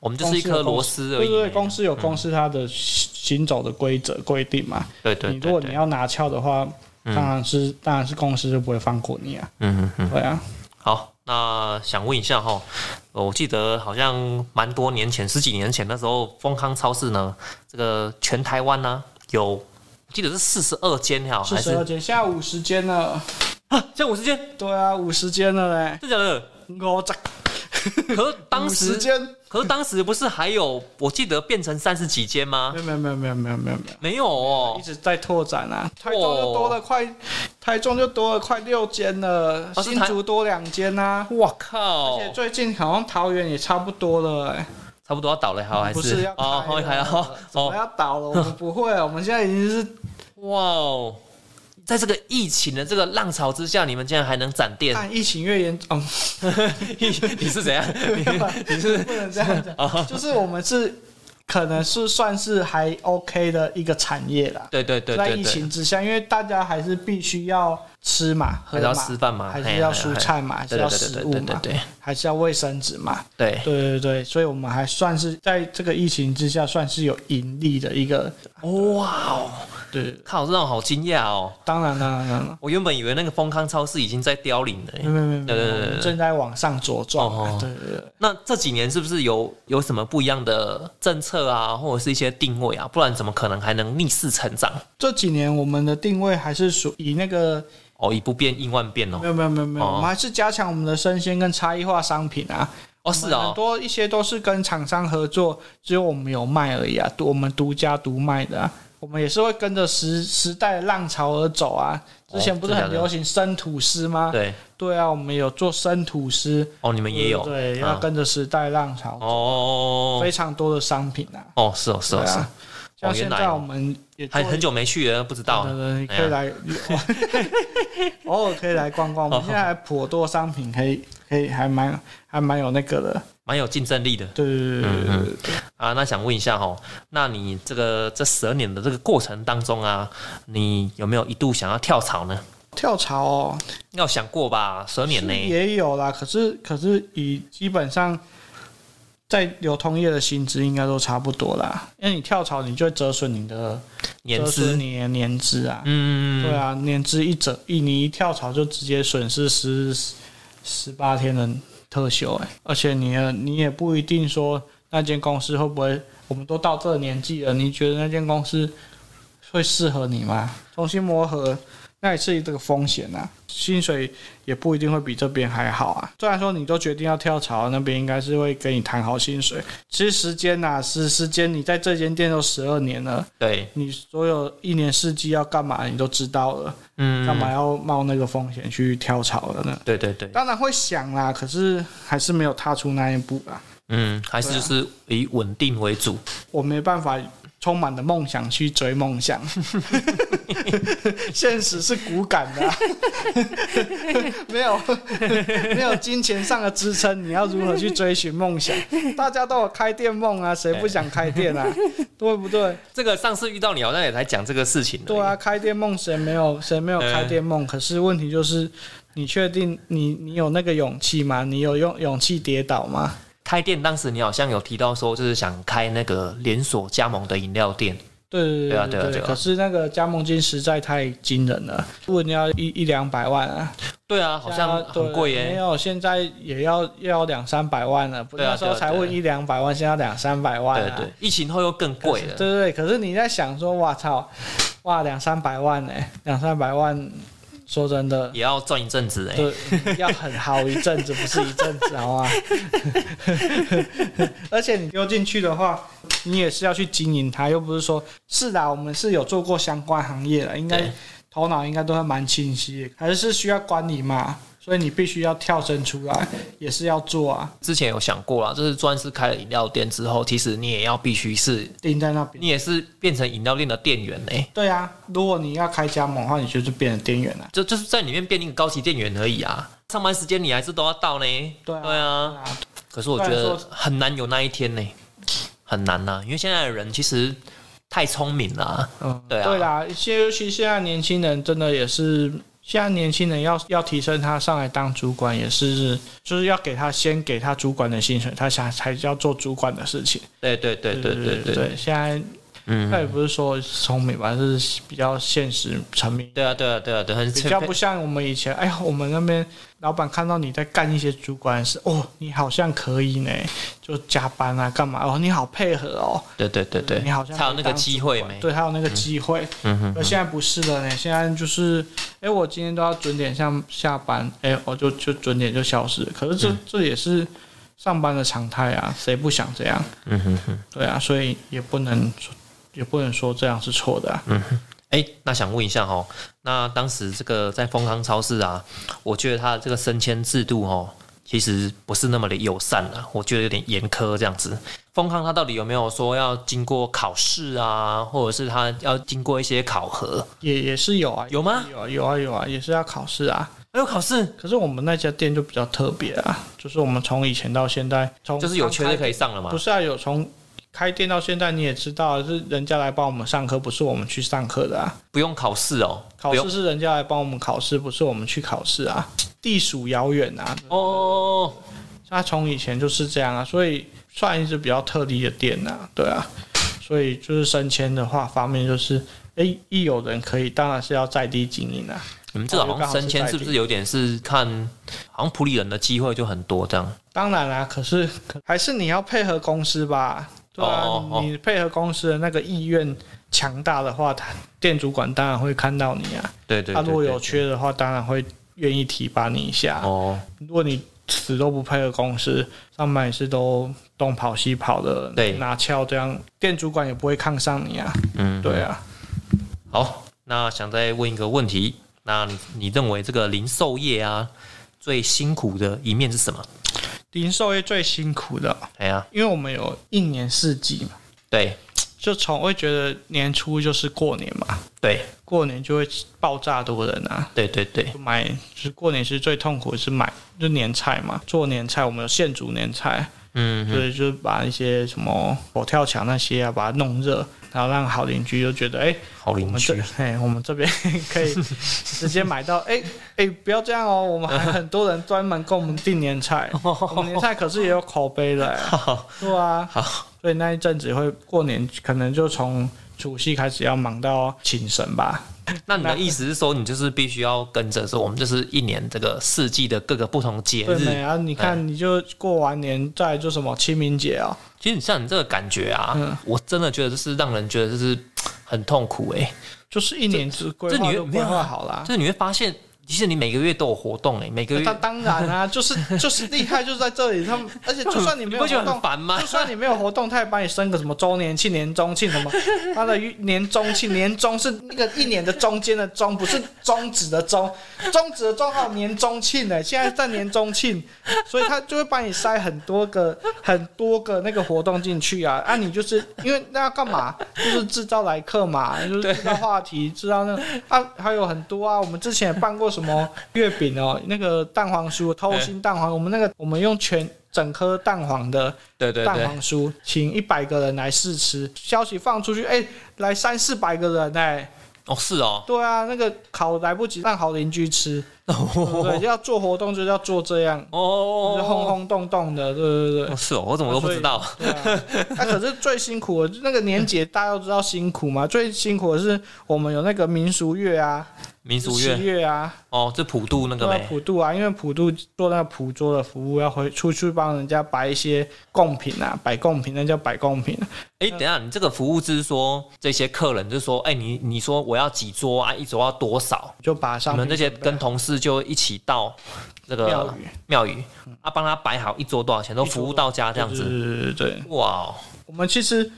S1: 我们就是一颗螺丝而
S2: 对
S1: 已。
S2: 对，公司有
S1: 嗯
S2: 公司它的行走的规则规定嘛。
S1: 对对
S2: 你
S1: 对
S2: 如果
S1: 对
S2: 你要拿翘的话，当然是当然是公司就不会放过你啊。
S1: 嗯嗯嗯，
S2: 对啊，
S1: 好，那想问一下哈，呃我记得好像蛮多年前，十几年前那时候，丰康超市呢，这个全台湾呢、有，我记得是四十二间哈，
S2: 是
S1: 还
S2: 十二
S1: 是
S2: 间，现在五十间了。
S1: 像五十间？
S2: 对啊，五十间了嘞，
S1: 真的假的？
S2: 我在
S1: 可是当
S2: 五十
S1: 时，
S2: 间，
S1: 可是当时不是还有，我记得变成三十几间吗
S2: 没？有没有没有没有没有没有没有。
S1: 没有
S2: 一
S1: 哦，
S2: 直在拓展啊，台中就多了快，台中就多了快六间了，
S1: 哦是
S2: 新
S1: 台哦
S2: 竹多两间呐，
S1: 我
S2: 而
S1: 靠！
S2: 且最近好像桃园也差不多了、欸，
S1: 差不多要倒了，还好还
S2: 不是要开
S1: 哦，还
S2: 了
S1: 好
S2: 怎么
S1: 哦，
S2: 要倒了？我们不会，我们现在已经是
S1: 哇哦！在这个疫情的这个浪潮之下，你们竟然还能展店，
S2: 看疫情哦越严重，
S1: 你 你是怎样？哦你
S2: 你是 不能这样讲，就是我们是可能是算是还 OK 的一个产业啦。
S1: 对对对
S2: 在
S1: 对
S2: 疫
S1: 对，
S2: 情之下，因为大家还是必须要吃嘛，喝
S1: 还是要
S2: 嘛
S1: 吃饭嘛，
S2: 还
S1: 嘿
S2: 是要
S1: 嘿
S2: 蔬
S1: 嘿
S2: 菜嘛，还是
S1: 对
S2: 要
S1: 对
S2: 食
S1: 对
S2: 物
S1: 对对对
S2: 嘛，
S1: 对
S2: 还是要卫生纸嘛。
S1: 对。
S2: 对对对，所以我们还算是在这个疫情之下，算是有盈利的一个。
S1: 哇哦！
S2: 对，
S1: 靠，这让我好惊讶哦！
S2: 当然当然当然，
S1: 我原本以为那个丰康超市已经在凋零了耶
S2: 没。有没有没有没
S1: 哎对对
S2: 有，
S1: 对
S2: 我
S1: 对
S2: 们正在往上茁壮
S1: 哦
S2: 啊。
S1: 哦
S2: 对对对，
S1: 那这几年是不是有有什么不一样的政策啊，或者是一些定位啊？不然怎么可能还能逆势成长？
S2: 这几年我们的定位还是属以那个
S1: 哦，以不变应万变哦
S2: 没。有没有没有没有，
S1: 哦
S2: 我们还是加强我们的生鲜跟差异化商品啊。
S1: 哦，是
S2: 很
S1: 哦。
S2: 多一些都是跟厂商合作，只有我们有卖而已啊，我们独家独卖的啊。我们也是会跟着时时代的浪潮而走啊。之前不是
S1: 哦真的
S2: 很
S1: 假的
S2: 流行生吐司吗？
S1: 对，
S2: 对啊，我们有做生吐司，
S1: 哦，你们也有。嗯
S2: 对，要跟着时代浪潮，
S1: 哦
S2: 非常多的商品啊，
S1: 哦，是哦，是
S2: 对
S1: 哦，是哦
S2: 啊，像现
S1: 原来
S2: 在
S1: 哦
S2: 我们也做
S1: 还很久没去了，不知道
S2: 对。对对你
S1: 哎哦
S2: 可以
S1: 呀
S2: 来， 偶尔可以来逛逛。我们现在还颇多商品可以，可以还蛮还蛮有那个的，
S1: 蛮有竞争力的
S2: 对对对对对对对。
S1: 啊。那想问一下哦，那你这个这十二年的这个过程当中啊，你有没有一度想要跳槽呢？
S2: 跳槽哦，
S1: 要想过吧，十二年
S2: 是
S1: 呢？
S2: 也有啦，可是可是以基本上在流通业的薪资应该都差不多啦，因为你跳槽你就会折损你的
S1: 年
S2: 折
S1: 资
S2: 损，你的年资啊，对
S1: 嗯，
S2: 啊，年资一折一你一跳槽就直接损失十十八天的特休哎、而且你也你也不一定说那间公司会不会，我们都到这个年纪了，你觉得那间公司会适合你吗？重新磨合，那也是这个风险啊，薪水也不一定会比这边还好啊。虽然说你都决定要跳槽，那边应该是会跟你谈好薪水。其实时间呐、啊，时时间你在这间店都十二年了，
S1: 对，
S2: 你所有一年四季要干嘛你都知道了，干
S1: 嗯，
S2: 嘛要冒那个风险去跳槽了呢？
S1: 对对对，
S2: 当然会想啦，可是还是没有踏出那一步啦。啊
S1: 嗯，还是就是以稳定为主，
S2: 我没办法充满了梦想去追 梦想，现实是骨感 的啊、没有 没有金钱上的支撑，你要如何去追寻梦想？大家都有开店梦啊，谁不想开 店啊？对不对？
S1: 这个上次遇到你好像也才讲这个事情。
S2: 对啊，，开店梦谁没有？谁没有开店梦？可是问题就是，你确定你你有那个勇气吗？你有勇勇气跌倒吗？
S1: 开店当时你好像有提到说，就是想开那个连锁加盟的饮料店。
S2: 对对
S1: 对啊
S2: 对
S1: 对啊对啊
S2: 可是那个加盟金实在太惊人了，如果你要一一两百万啊，
S1: 对啊，好像
S2: 现在
S1: 很贵
S2: 对没
S1: 耶。
S2: 有，现在也要要两三百万了。不是
S1: 对啊
S2: 那时候
S1: 对啊
S2: 才
S1: 对啊
S2: 问一两百万，现在两三百万
S1: 对
S2: 了。
S1: 对，疫情后又更贵
S2: 对
S1: 了。
S2: 对对，可是你在想说，哇操，哇两三百万呢、两三百万，说真的，
S1: 也要赚一阵子哎、
S2: 对，要很好一阵子，不是一阵子，好吗？ 而且你丢进去的话，你也是要去经营它，又不是说是啦，我们是有做过相关行业的，应该
S1: 对
S2: 头脑应该都还蛮清晰的，还是需要管理嘛，所以你必须要跳身出来，也是要做啊，
S1: 之前有想过啦，就是专是开了饮料店之后，其实你也要必须是，
S2: 定在那边。
S1: 你也是变成饮料店的店员哎、
S2: 对啊，如果你要开加盟的话，你就是变成店员啊了。
S1: 就就是在里面变一个高级店员而已啊。上班时间你还是都要到呢。
S2: 对啊
S1: 对啊。
S2: 啊，
S1: 可是我觉得很难有那一天呢、很难呐、因为现在的人其实太聪明了啊、
S2: 嗯，
S1: 对啊
S2: 对啦，现尤其现在年轻人真的也是，现在年轻人要要提升他上来当主管，也是就是要给他先给他主管的薪水，他才才要做主管的事情。
S1: 对对对对对对，
S2: 对，现在他也
S1: 嗯，
S2: 不是说聪明吧，是比较现实层面。
S1: 对啊对啊对啊对，很
S2: 比较不像我们以前，哎呀，我们那边老板看到你在干一些主管的事，哦，你好像可以呢，就加班啊，干嘛？哦，你好配合哦，
S1: 对对对对，
S2: 你好像
S1: 才有那个机会
S2: 没？
S1: 没？
S2: 对，还有那个机会，
S1: 嗯哼
S2: 呃而现在不是了呢，现在就是，哎、我今天都要准点下下班，哎、我就就准点就消失了。可是这、这也是上班的常态啊，谁不想这样？
S1: 嗯哼哼。
S2: 对啊，所以也不能说也不能说这样是错的啊。
S1: 哎、那想问一下哦，那当时这个在丰康超市啊，我觉得它的这个升迁制度哦，其实不是那么的友善啊，我觉得有点严苛这样子。丰康它到底有没有说要经过考试啊，或者是它要经过一些考核？
S2: 也也是有啊，
S1: 有吗
S2: 有啊，有啊，有啊，也是要考试啊。
S1: 还有哎考试，
S2: 可是我们那家店就比较特别啊，就是我们从以前到现在，从
S1: 就是有缺
S2: 刚
S1: 就
S2: 开
S1: 可以上了嘛
S2: 不？是啊，有从开店到现在，你也知道，是人家来帮我们上课，不是我们去上课的啊。
S1: 不用考试哦，
S2: 考
S1: 不用
S2: 试是人家来帮我们考试，不是我们去考试啊。地属遥远啊，
S1: 哦。
S2: 他从以前就是这样啊，所以算一只比较特例的店啊，对啊。所以就是升迁的话方面，就是哎、诶一有人可以，当然是要在地经营啊。
S1: 你们这个好像升迁是不是有点是看，好像普里人的机会就很多这样？
S2: 当然啦、啊可是可还是你要配合公司吧，对啊，
S1: 哦哦哦
S2: 你配合公司的那个意愿强大的话，他店主管当然会看到你啊。
S1: 对对对
S2: 他如果有
S1: 对
S2: 缺的话，当然会愿意提拔你一下。啊
S1: 哦，
S2: 如果你死都不配合公司，上班也是都东跑西跑的，
S1: 对
S2: 拿翘这样，店主管也不会看上你啊。
S1: 嗯，
S2: 对啊，
S1: 好，那想再问一个问题，那你你认为这个零售业啊最辛苦的一面是什么？
S2: 零售业最辛苦的，
S1: 哎呀，
S2: 因为我们有一年四季嘛，
S1: 对
S2: 就从会觉得年初就是过年嘛，
S1: 对
S2: 过年就会爆炸多人啊，
S1: 对对对，
S2: 买就是过年是最痛苦，是买就年菜嘛，做年菜我们有现煮年菜，
S1: 嗯
S2: 所以就是把一些什么佛跳墙那些啊，把它弄热，然后让好邻居就觉得，哎、
S1: 好
S2: 我
S1: 邻
S2: 们这
S1: 居，
S2: 哎、我们这边 可以直接买到，哎、哎、不要这样哦，我们还很多人专门跟我们订年菜， 我们年菜可是也有口碑的、哎对啊，所以那一阵子会过年可能就从除夕开始要忙到请神吧，
S1: 那你的意思是说，你就是必须要跟着说，我们就是一年这个四季的各个不同节
S2: 对没
S1: 日。
S2: 啊？你
S1: 哎
S2: 看，你就过完年再来就什么清明节啊、
S1: 其实你像你这个感觉啊，
S2: 嗯
S1: 我真的觉得就是让人觉得就是很痛苦哎、
S2: 就是一年只规
S1: 这
S2: 划
S1: 你
S2: 都
S1: 没
S2: 规
S1: 有啊
S2: 划好啦
S1: 就。是你会发现，其实你每个月都有活动哎、每个月
S2: 那当然啊，就是就是厉害，就是在这里。他们，而且就算你
S1: 你
S2: 没有
S1: 不
S2: 活
S1: 觉得很
S2: 动，
S1: 烦吗
S2: 就？ 算你没有活动，他也帮你升个什么周年庆、年中庆什么。他的年中庆，年中是那个一年的中间的中，不是终止的终，终止的终还有年中庆呢、现在在年中庆，所以他就会帮你塞很多个很多个那个活动进去啊。啊，你就是因为那要干嘛？就是制造来客嘛，就是制造话题，制造那个啊，还有很多啊。我们之前也办过什么月饼哦，那个蛋黄酥，偷心蛋黄，我们那个我们用全。整颗蛋黄的
S3: 对对
S2: 蛋
S3: 对，
S2: 黄酥，请一百个人来试吃。消息放出去，哎、来三四百个人哎、
S1: 哦，是哦，
S2: 对啊，那个烤来不及让好邻居吃，对 不对？要做活动就是要做这样，就是轰
S1: 哦，
S2: 轰动动的，对对对
S1: 哦是哦，我怎么都不知道。
S2: 对啊！ 那、可是最辛苦的那个年节，大家都知道辛苦嘛。最辛苦的是我们有那个民俗月啊，
S1: 民俗
S2: 十
S1: 乐
S2: 月啊，
S1: 哦，这普渡那个
S2: 对啊，
S1: 没？
S2: 普渡啊，因为普渡做那个普桌的服务，要回出去帮人家摆一些贡品啊，摆贡品，那叫摆贡品。
S1: 哎、等一下，你这个服务就是说这些客人就是说，哎、你你说我要几桌啊，一桌要多少？
S2: 就把上
S1: 你们这些跟同事就一起到这
S2: 庙
S1: 个
S2: 宇
S1: 庙宇啊，帮他摆好一桌多少钱，都服务到家这样
S2: 对
S1: 子。
S2: 对对对，
S1: 哇哦，
S2: 我们其实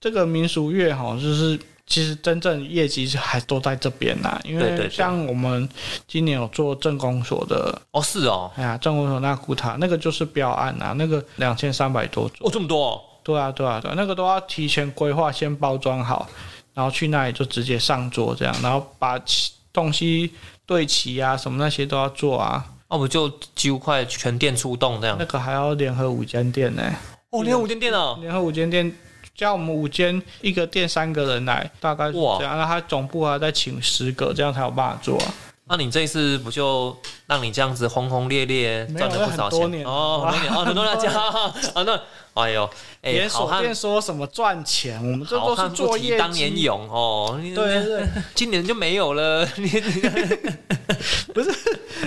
S2: 这个民俗乐哈，就是其实真正业绩还都在这边啦，因
S1: 对对
S2: 为
S1: 对
S2: 像我们今年有做政工所的，
S1: 哦是哦，
S2: 哎呀，政工所那古塔那个就是标案啊，那个两千三百多
S1: 哦
S2: 桌，
S1: 这么多、哦，
S2: 对啊对啊对啊那个都要提前规划，先包装好，然后去那里就直接上桌这样，然后把其东西对齐啊，什么那些都要做啊，
S1: 那、我们就几乎快全店出动这样
S2: 那。个还要联合五间店呢、
S1: 哦，连五间店哦，
S2: 联合五间店，加我们五间，一个店三个人来，大概是
S1: 哇
S2: 这样。那他总部还要再请十个，这样才有办法做、啊。
S1: 那、你这一次不就让你这样子轰轰烈烈
S2: 没有
S1: 赚了不少
S2: 那很多年
S1: 钱
S2: 了
S1: 哦，很多 年哦，很多大家啊，那哎呦，哎、
S2: 连
S1: 好
S2: 锁
S1: 汉
S2: 店说什么赚钱，我们这
S1: 好
S2: 都是
S1: 汉
S2: 做
S1: 不提
S2: 业
S1: 当年
S2: 绩。
S1: 勇哦，你
S2: 对对对，
S1: 今年就没有了，你你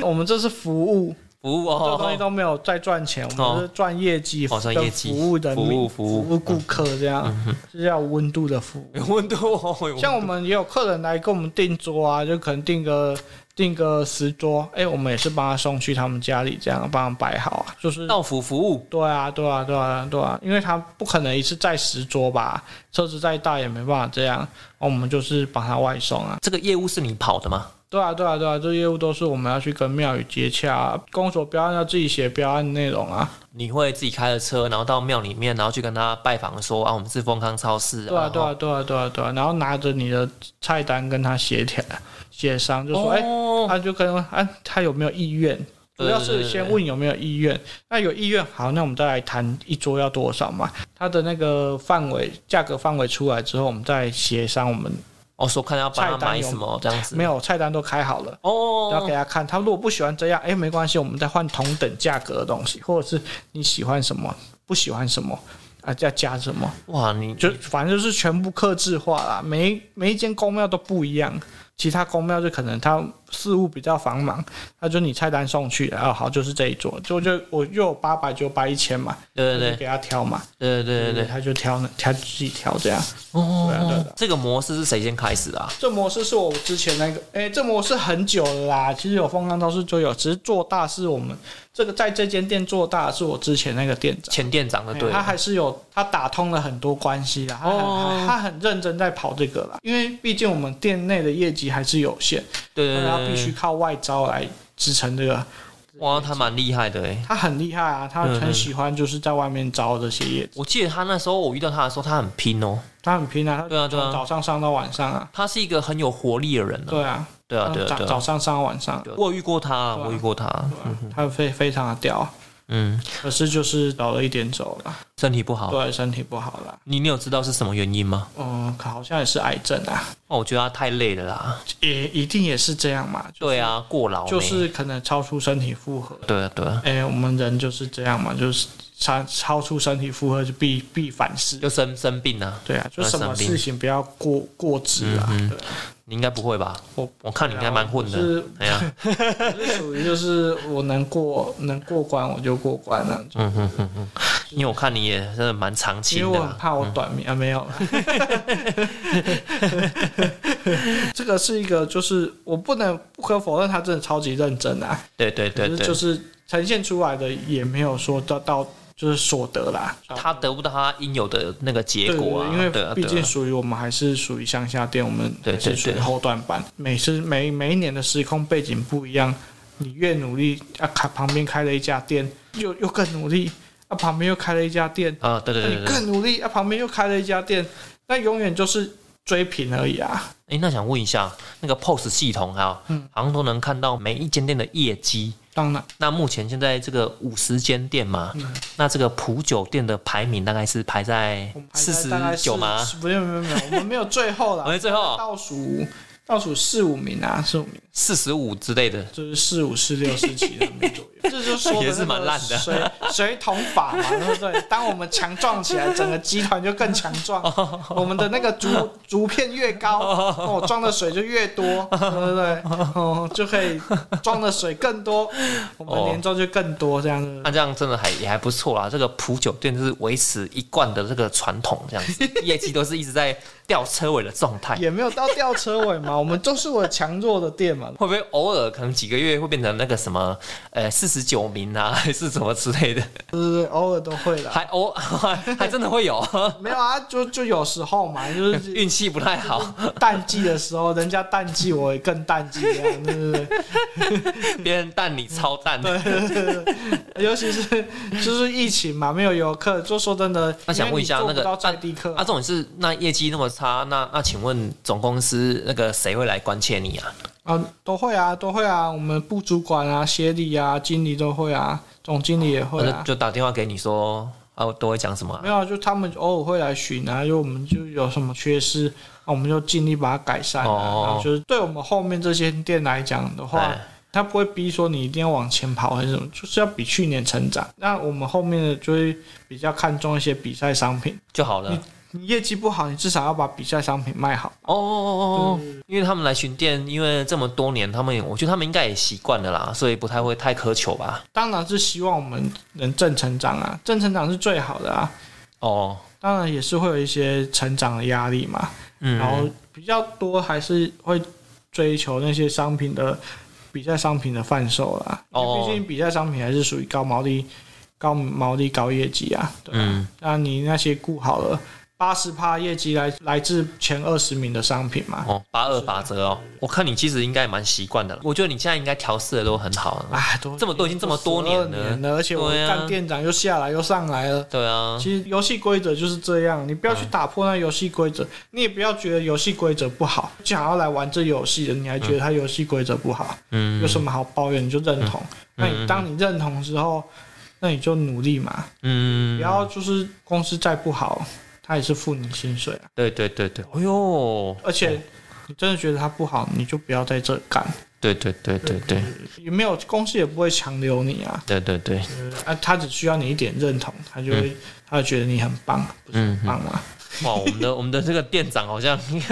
S2: 我们这是服务，
S1: 服务
S2: 这个东西
S1: 哦，
S2: 都没有在赚钱，我们是赚业绩，
S1: 哦赚业绩
S2: 服务的
S1: 服务服
S2: 服
S1: 务嗯
S2: 务顾客，这样是要有温度的服务。
S1: 有温度哦，有温度
S2: 像我们也有客人来跟我们订桌啊，就可能订个订个十桌，哎、我们也是帮他送去他们家里，这样帮他摆好啊，就是
S1: 到府服务
S2: 对啊，对啊，对啊，对啊，因为他不可能一次载十桌吧，车子再大也没办法这样，哦我们就是把它外送啊。
S1: 这个业务是你跑的吗？
S2: 对啊，对啊，对啊，这业务都是我们要去跟庙宇接洽、啊，公所标案要自己写标案内容啊。
S1: 你会自己开着车，然后到庙里面，然后去跟他拜访说啊，我们是丰康超市哦
S2: 对啊，对
S1: 然后
S2: 啊，对啊，对啊，对啊，然后拿着你的菜单跟他协调协商，就说哎。
S1: 哦，
S2: 他就跟他啊，他有没有意愿？主
S1: 对
S2: 要
S1: 对
S2: 是
S1: 对
S2: 先
S1: 对
S2: 问有没有意愿，那有意愿好，那我们再来谈一桌要多少嘛？它的那个范围、价格范围出来之后，我们再协商。我们
S1: 哦，说看要帮他
S2: 菜单
S1: 买
S2: 有
S1: 什么这样子，
S2: 没有啊菜单都开好了，要
S1: 哦
S2: 给，他看。他如果不喜欢这样，哎、没关系，我们再换同等价格的东西，或者是你喜欢什么，不喜欢什么啊，再加什么，
S1: 哇，你
S2: 就反正就是全部克制化啦。每一每一间公庙都不一样，其他公庙就可能他事务比较繁忙，他就你菜单送去，啊好就是这一桌，就就我又有八百九百一千嘛，
S1: 对对
S2: 我就
S1: 对
S2: 给他挑嘛，
S1: 对对对对，
S2: 他就挑呢，他自己挑这样。对啊对啊对
S1: 哦
S2: 啊，
S1: 这个模式是谁先开始的啊？
S2: 这模式是我之前那个，哎、这模式很久了啦。其实有风光超市就有，只是做大是我们这个在这间店做大是我之前那个店长，
S1: 前店长的
S2: 哎
S1: 对了，
S2: 他还是有他打通了很多关系啦，他很、
S1: 哦
S2: 他很认真在跑这个啦，因为毕竟我们店内的业绩还是有限，
S1: 对对
S2: 那
S1: 对
S2: 他
S1: 对，
S2: 必须靠外招来支撑这个。
S1: 哇，他蛮厉害的哎。
S2: 他很厉害啊，他
S1: 嗯
S2: 很
S1: 嗯
S2: 喜欢就是在外面招这些业，
S1: 我记得他那时候我遇到他的时候，他很拼哦，
S2: 他很拼啊，
S1: 对啊对
S2: 他
S1: 啊
S2: 早上上到晚上啊，
S1: 他是一个很有活力的人呢、
S2: 对啊，
S1: 对啊，对啊，嗯
S2: 早
S1: 对
S2: 早
S1: 啊。
S2: 上上到晚上，
S1: 对啊我有遇过他，
S2: 对啊
S1: 我遇过他，
S2: 他非非常的屌啊。
S1: 嗯，
S2: 可是就是早了一点走了，
S1: 身体不好。
S2: 对，啊身体不好了。
S1: 你你有知道是什么原因吗？
S2: 嗯，好像也是癌症啊，
S1: 哦，我觉得他太累了啦。
S2: 也一定也是这样嘛。就是
S1: 对，啊，过劳没
S2: 就是可能超出身体负荷。
S1: 对啊，对啊，
S2: 哎、我们人就是这样嘛，就是超超出身体负荷就必必反噬。
S1: 就生生病啊。
S2: 对啊，就什么
S1: 生病
S2: 事情不要过过值啊。
S1: 嗯嗯
S2: 对啊
S1: 你应该不会吧？
S2: 我
S1: 我看你应该蛮混
S2: 我
S1: 的
S2: 是。
S1: 哎 呀，
S2: 就是啊属于就是我能过能过关我就过关了、
S1: 嗯哼哼哼，因为我看你也真的蛮长
S2: 因为
S1: 情的
S2: 我很
S1: 啦。
S2: 怕我短命、啊，没有啦。这个是一个，就是我不能不可否认，他真的超级认真啊，
S1: 对对对
S2: 可
S1: 对，
S2: 是就是呈现出来的也没有说到到就是所得啦，
S1: 他得不到他应有的那个结
S2: 对对
S1: 果啊，
S2: 对因
S1: 对啊
S2: 为毕
S1: 对
S2: 竟
S1: 啊
S2: 属于我们还是属于乡下店，我们
S1: 对
S2: 还是
S1: 对
S2: 属于
S1: 对
S2: 后段班。每次每每一年的时空背景不一样，你越努力啊，卡旁边开了一家店，又又更努力啊，旁边又开了一家店，
S1: 啊，对对
S2: 那
S1: 对对
S2: 你
S1: 对。
S2: 更努力啊，旁边又开了一家店，那永远就是追平而已啊。
S1: 哎，那想问一下，那个 POS 系统哈，
S2: 嗯
S1: 好像都能看到每一间店的业绩。
S2: 当然，
S1: 那目前现在这个五十间店嘛，
S2: 嗯
S1: 那这个普酒店的排名大概是排在
S2: 我们排在
S1: 四十
S2: 大概
S1: 九吗？
S2: 40？不是，没有没有，我们没有最后
S1: 我哦
S2: 了，
S1: 们最后
S2: 倒数倒数四五名啊，四五名。
S1: 四十五之类的，
S2: 就是四五、四六、四七那边左右， 这就是说的那个
S1: 也是蛮烂的
S2: 水水桶法嘛，对不对？当我们强壮起来，整个集团就更强壮， 我们的那个竹竹片越高，哦，装的水就越多，对不对？哦，就可以装的水更多，我们
S1: 哦
S2: 年终就更多这样子。
S1: 那这样真的还也还不错啦。这个普酒店就是维持一贯的这个传统，这样 子业绩都是一直在吊车尾的状态。
S2: 也没有到吊车尾嘛，我们就是我强弱的店嘛，
S1: 会不会偶尔可能几个月会变成那个什么，呃，四十九名啊， 还是什么之类的？
S2: 对啊对对，偶尔都会啦。
S1: 还偶 还还真的会有
S2: 没有啊，就就有时候嘛，就是
S1: 运气不太 好，
S2: 淡季的时候，人家淡季，我也更淡季这样，对不对？
S1: 别人淡你超淡。
S2: 尤其是就是疫情嘛，没有游客，就说真的，
S1: 那想问一下
S2: 因为你
S1: 那个
S2: 做不到最低客
S1: 啊，这种是那业绩那么差，那那请问总公司那个谁会来关切你啊？
S2: 啊，都会啊，都会啊，我们部主管啊、协理啊、经理都会啊，总经理也会
S1: 那
S2: 啊。
S1: 就打电话给你说啊，我都会讲什么啊、
S2: 没有啊，就他们偶尔会来巡啊，就我们就有什么缺失，啊，我们就尽力把它改善、啊。
S1: 哦
S2: 然后就是对我们后面这些店来讲的话
S1: 哎，
S2: 他不会逼说你一定要往前跑还是什么，就是要比去年成长。那我们后面的就会比较看重一些比赛商品。
S1: 就好了。
S2: 你业绩不好，你至少要把比赛商品卖好。
S1: 哦哦哦哦，因为他们来巡店，因为这么多年，他们也我觉得他们应该也习惯了啦，所以不太会太苛求吧。
S2: 当然是希望我们能正成长啊，正成长是最好的啊。
S1: 哦，
S2: 当然也是会有一些成长的压力嘛，
S1: 嗯，
S2: 然后比较多还是会追求那些商品的比赛商品的贩售啦。因
S1: 哦
S2: 为毕竟比赛商品还是属于高毛利、高毛利、高业绩啊。对啊，
S1: 嗯，
S2: 那你那些顾好了，八十趴业绩来来自前二十名的商品嘛。
S1: 哦，八二法则哦，我看你其实应该蛮习惯的了。我觉得你现在应该调试的都很好啊了。
S2: 哎，都
S1: 这么都已经这么多
S2: 年
S1: 年了
S2: 了，而且我
S1: 对啊
S2: 干店长又下来又上来了。
S1: 对啊，
S2: 其实游戏规则就是这样，你不要去打破那游戏规则，你也不要觉得游戏规则不好，想要来玩这游戏的，你还觉得它游戏规则不好，
S1: 嗯，
S2: 有什么好抱怨？你就认同。那
S1: 嗯
S2: 你当你认同之后，那你就努力嘛，
S1: 嗯
S2: 不，要就是公司再不好，他也是付你薪水啊，
S1: 对对对对，哎呦，
S2: 而且。你真的觉得他不好，你就不要在这干，
S1: 对对对对对
S2: 也没有公司也不会强留你啊，
S1: 对对对，
S2: 呃啊，他只需要你一点认同，他就会，他就觉得你很棒，不是
S1: 嗯
S2: 很，棒啊，
S1: 哇，我们的我们的这个店长好像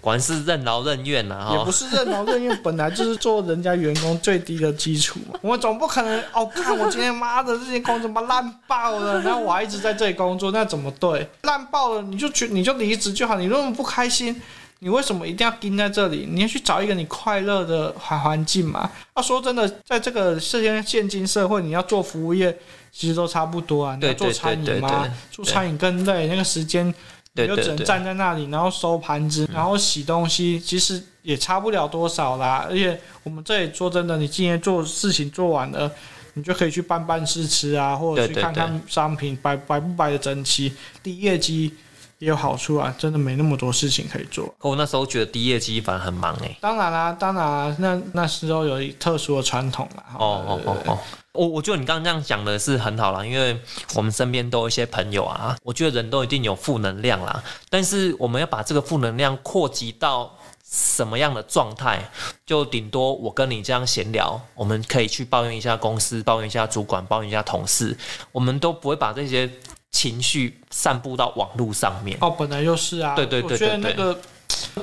S1: 果然是任劳任怨呐，
S2: 也
S1: 哈
S2: 不，是任劳任怨，本来就是做人家员工最低的基础嘛。 我总不可能哦，看我今天妈的这些工作妈烂爆了， 然后我还一直在这里工作，那怎么对？烂爆了你就去你就离职就好，你那么不开心，你为什么一定要盯在这里？你要去找一个你快乐的环环境嘛。啊，说真的，在这个世界现今社会，你要做服务业其实都差不多啊。你要
S1: 对
S2: 做
S1: 对
S2: 餐
S1: 对对
S2: 饮嘛
S1: 对，
S2: 做餐饮更累，那个时间
S1: 对
S2: 你就
S1: 对
S2: 只能
S1: 对，嗯
S2: 站在那里，然后收盘子，然后洗东西，其实也差不了多少啦。而且我们这里说真的，你今天做事情做完了，你就可以去办办事吃啊，或者
S1: 对
S2: 去
S1: 对
S2: 看看商品摆摆不摆的整齐，低业绩也有好处啊。真的没那么多事情可以做。
S1: 可我哦那时候觉得低业绩反而很忙哎、
S2: 当然啦、当然、啊，那那时候有一特殊的传统啦。
S1: 哦哦
S2: 对
S1: 哦
S2: 对对
S1: 哦，我我觉得你刚刚这样讲的是很好啦，因为我们身边都有一些朋友啊，我觉得人都一定有负能量啦，但是我们要把这个负能量扩及到。什么样的状态，就顶多我跟你这样闲聊，我们可以去抱怨一下公司，抱怨一下主管，抱怨一下同事，我们都不会把这些情绪散布到网络上面。
S2: 哦，本来就是啊。
S1: 对对对
S2: 我觉得
S1: 对
S2: 那
S1: 对
S2: 个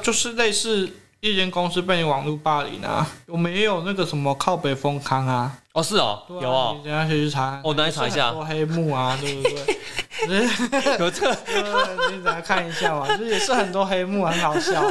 S2: 就是类似一间公司被你网络霸凌啊，我们也有那个什么靠北风康啊。
S1: 哦，是哦，
S2: 对啊
S1: 有哦
S2: 你，等一下可以去查，
S1: 哦等一下查一下
S2: 也是很多黑幕啊，对不 对？
S1: 有这个
S2: 对你等一下看一下嘛，就是也是很多黑幕，很好笑。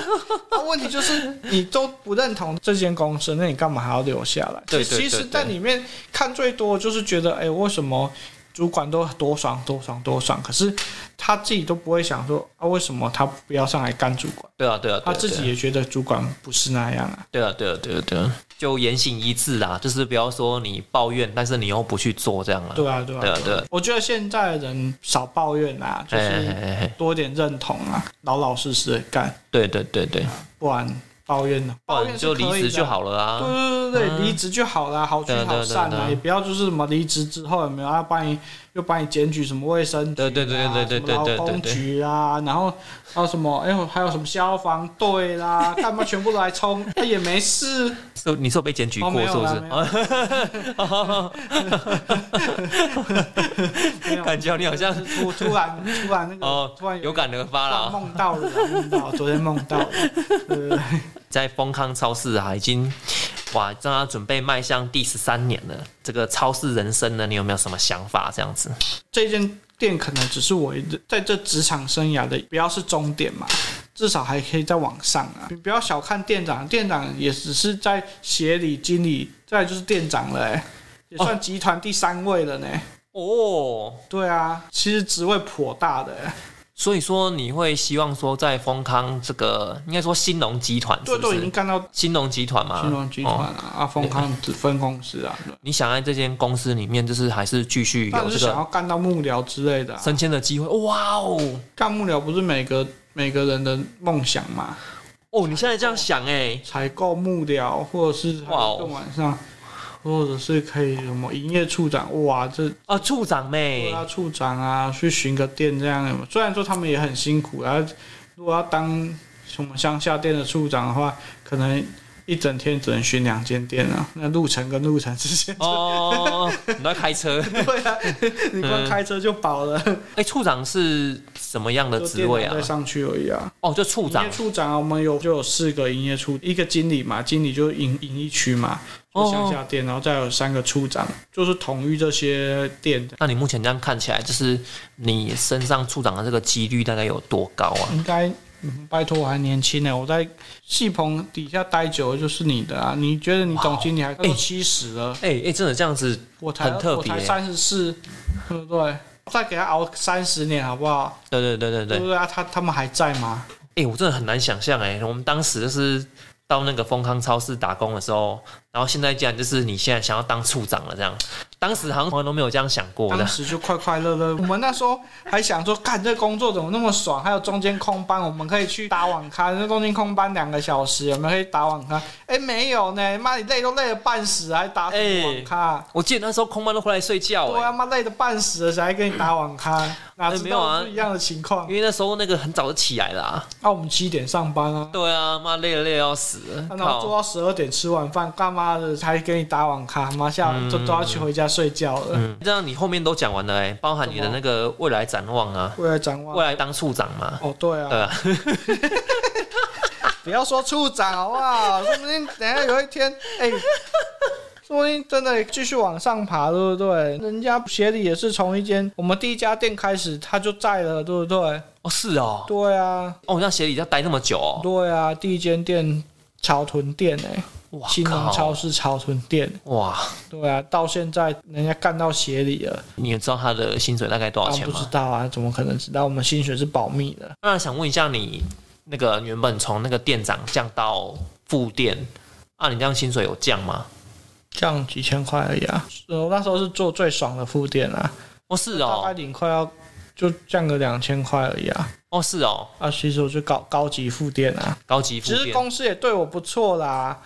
S2: 那啊问题就是你都不认同这间公司，那你干嘛还要留下来？
S1: 对
S2: 其实
S1: 对对
S2: 其实
S1: 对
S2: 在里面看最多就是觉得，哎、为什么主管都多爽多爽多爽，可是他自己都不会想说啊，为什么他不要上来干主管？
S1: 对啊，对啊，对啊
S2: 他自己也觉得主管不是那样啊。
S1: 对啊，对啊，对啊，对啊，就言行一致啦，就是不要说你抱怨，但是你又不去做这样啦。
S2: 对啊，对啊，
S1: 对啊对啊
S2: 我觉得现在的人少抱怨啊，就
S1: 哎，哎
S2: 是
S1: 哎哎哎
S2: 多点认同啊，老老实实的干，
S1: 对对对对，
S2: 不然抱怨呢，
S1: 不
S2: 抱
S1: 然
S2: 怨
S1: 就是
S2: 可
S1: 离
S2: 以
S1: 职就
S2: 的。
S1: 好了
S2: 对
S1: 啊。
S2: 对对对，
S1: 嗯
S2: 离职就好啦，好聚
S1: 对啊对啊
S2: 好散
S1: 对啊
S2: 啊，
S1: 对啊
S2: 也不要就是什么离职之后有没有要帮你又帮你检举什么卫生局啊、
S1: 对对对对对对
S2: 什么
S1: 对对
S2: 劳工
S1: 对
S2: 局啊，然后还有什么哎呦，还有什么消防队 啦，干嘛全部都来冲？哎也没事，
S1: 是你是有被检举
S2: 哦
S1: 过
S2: 没有
S1: 是不
S2: 啦
S1: 是？哦
S2: 没有
S1: 感觉你好像
S2: 就是突突然突然那个、
S1: 哦
S2: 突然
S1: 有感而发
S2: 啊，
S1: 啦。
S2: 梦到了啦，梦到，昨天梦到了，呃，
S1: 在丰康超市啊，已经哇，让他准备迈向第十三年了。这个超市人生呢，你有没有什么想法？这样子？
S2: 这间店可能只是我一直在这职场生涯的，不要是终点嘛，至少还可以再往上啊！你不要小看店长，店长也只是在协理、经理，再来就是店长了、欸，也算集团第三位了呢、
S1: 哦，
S2: 对啊，其实职位颇大的、欸，
S1: 所以说你会希望说在丰康这个应该说兴隆集团是
S2: 对，
S1: 不
S2: 都已经
S1: 是？
S2: 干到
S1: 兴隆集团嘛，
S2: 金融集团
S1: 哦
S2: 啊，啊，丰康子分公司啊，对
S1: 你想在这间公司里面，就是还是继续
S2: 但
S1: 有
S2: 是
S1: 这
S2: 想
S1: 个
S2: 要干到幕僚之类的啊、
S1: 升迁的机会？哇哦！
S2: 干幕僚不是每个每个人的梦想嘛？
S1: 哦，你现在这样想哎，
S2: 采购幕僚，或者是
S1: 哇哦
S2: 更晚上，或者是可以什么营业处长，哇，这
S1: 啊，处长妹，。
S2: 啊处长啊，去巡个店这样的。虽然说他们也很辛苦，然后如果要当什么乡下店的处长的话，可能一整天只能巡两间店啊，那路程跟路程之间
S1: 哦，你在开车？
S2: 对啊，你光开车就饱了，
S1: 哎，处长是什么样的
S2: 就
S1: 职
S2: 店
S1: 位
S2: 长
S1: 啊
S2: 再？上去而已啊。
S1: 哦，就处
S2: 营
S1: 长
S2: 业。处长啊，我们有就有四个营业处，一个经理嘛，经理就是营营一区嘛，就
S1: 哦
S2: 乡下店，然后再有三个处长，就是统御这些店的。
S1: 那你目前这样看起来，就是你身上处长的这个几率大概有多高啊？
S2: 应该，嗯拜托我还年轻呢，我在戏棚底下待久了就是你的啊。你觉得你总经理还
S1: 哎
S2: 都七十了，
S1: 哎、哎、真的这样子，
S2: 我才
S1: 很特别
S2: 我才三十四，对不对？再给他熬三十年好不好？
S1: 对对对对对
S2: 对，不对啊？他他们还在吗？
S1: 哎、我真的很难想象哎、我们当时就是到那个丰康超市打工的时候，然后现在竟然就是你现在想要当处长了这样，当时好像从来都没有这样想过
S2: 当
S1: 的。
S2: 时就快快乐乐。我们那时候还想说，干这工作怎么那么爽？还有中间空班，我们可以去打网咖。那中间空班两个小时，我们可以打网咖。哎、没有呢，妈，你累都累得半死，还打什么网咖、
S1: 我记得那时候空班都回来睡觉
S2: 我
S1: 哎、
S2: 他妈累得半死了，谁还跟你打网咖？哪知
S1: 没有啊
S2: 道是一样的情况？
S1: 因为那时候那个很早就起来了啊。
S2: 那、我们七点上班啊，
S1: 对啊，妈累了累得要死了，
S2: 然后做
S1: 靠！
S2: 到十二点吃晚饭，干嘛的还跟你打网咖？妈下午都都要去回家睡觉了。
S1: 嗯，这样你后面都讲完了哎、包含你的那个未来展望啊，
S2: 为了展望
S1: 未，来当处长嘛，
S2: 哦，对啊
S1: 对。啊，
S2: 不要说处长好不好？说不定等一下有一天，哎、说不定真的继续往上爬，对不对？人家协理也是从一间我们第一家店开始，他就在了，对不对？
S1: 哦是哦，
S2: 对啊，
S1: 哦，那协理要待那么久哦，
S2: 对啊，第一间店草屯店哎、
S1: 哇
S2: 新农超
S1: 靠，
S2: 市草屯店，
S1: 哇，
S2: 对啊，到现在人家干到协理了，
S1: 你也知道他的薪水大概多少
S2: 当然
S1: 钱
S2: 不
S1: 吗
S2: 知？道啊，怎么可能知道？我们薪水是保密的。
S1: 那想问一下你，那个原本从那个店长降到副店，啊，你这样薪水有降吗？
S2: 降几千块而已啊！我那时候是做最爽的副店啊，
S1: 哦，是
S2: 大概
S1: 哦，
S2: 领快要就降个两千块而已啊。
S1: 哦是哦，
S2: 啊，其实我就搞高级副店啊，
S1: 高级副
S2: 其实
S1: 店
S2: 公司也对我不错啦，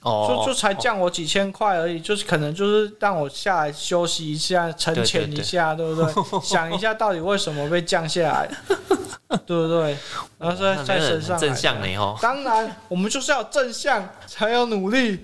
S1: 哦
S2: 就，就才降我几千块而已，就是可能就是让我下来休息一下，沉 潜一下，对不对？想一下到底为什么被降下来，对不对？然后说在身上
S1: 很正向呢哦，
S2: 当然，我们就是要正向，才有 努力。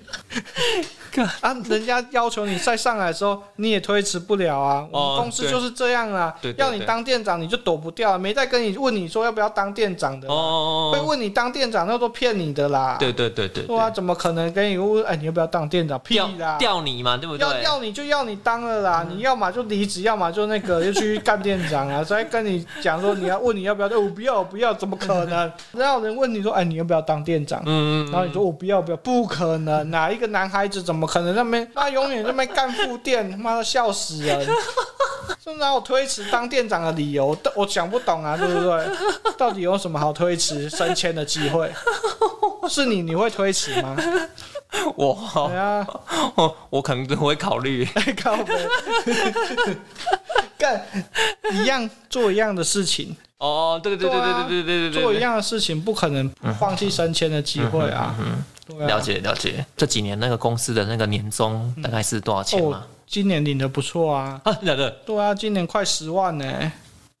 S2: 啊，人家要求你再上来的时候，你也推迟不了啊。我们公司
S1: 哦对
S2: 就是这样啊，
S1: 对对
S2: 要你
S1: 对
S2: 当店长你就躲不掉、啊，没再跟你问你说要不要当店长的
S1: 哦
S2: 啦，会
S1: 哦哦，
S2: 问你当店长那都骗你的啦。
S1: 对对对对
S2: 对啊，怎么可能跟你问哎你要不要当店长？屁啦
S1: 钓！钓你嘛，对不
S2: 要
S1: 对？嗯
S2: 要你就要你当了啦，你要嘛就离职，要嘛就那个 就去干店长啊。所以跟你讲说你要问你要不要，哦我不要我不要，怎么 可能？哪有人问你说哎你要不要当店长？
S1: 嗯，嗯嗯，
S2: 然后你说哦我不要不要，不可能，啊哪一个男孩子怎么可能在那边他永远在那边干副店，他妈的笑死人！这哪有推迟当店长的理由？但我想不懂啊，对不对？到底有什么好推迟升迁的机会？是你你会推迟吗？对
S1: 我
S2: 啊，
S1: 我可能都会考 虑，
S2: 哎靠背，干一样做一样的事情，
S1: 哦，对对对对对对对对对，
S2: 做一样的事情不可能放弃升迁的机会啊！对啊
S1: 了解了解。这几年那个公司的那个年终大概是多少钱啊
S2: 哦
S1: 嘛？，
S2: 今年领的不错啊，
S1: 啊，两个
S2: 对啊，今年快十万呢、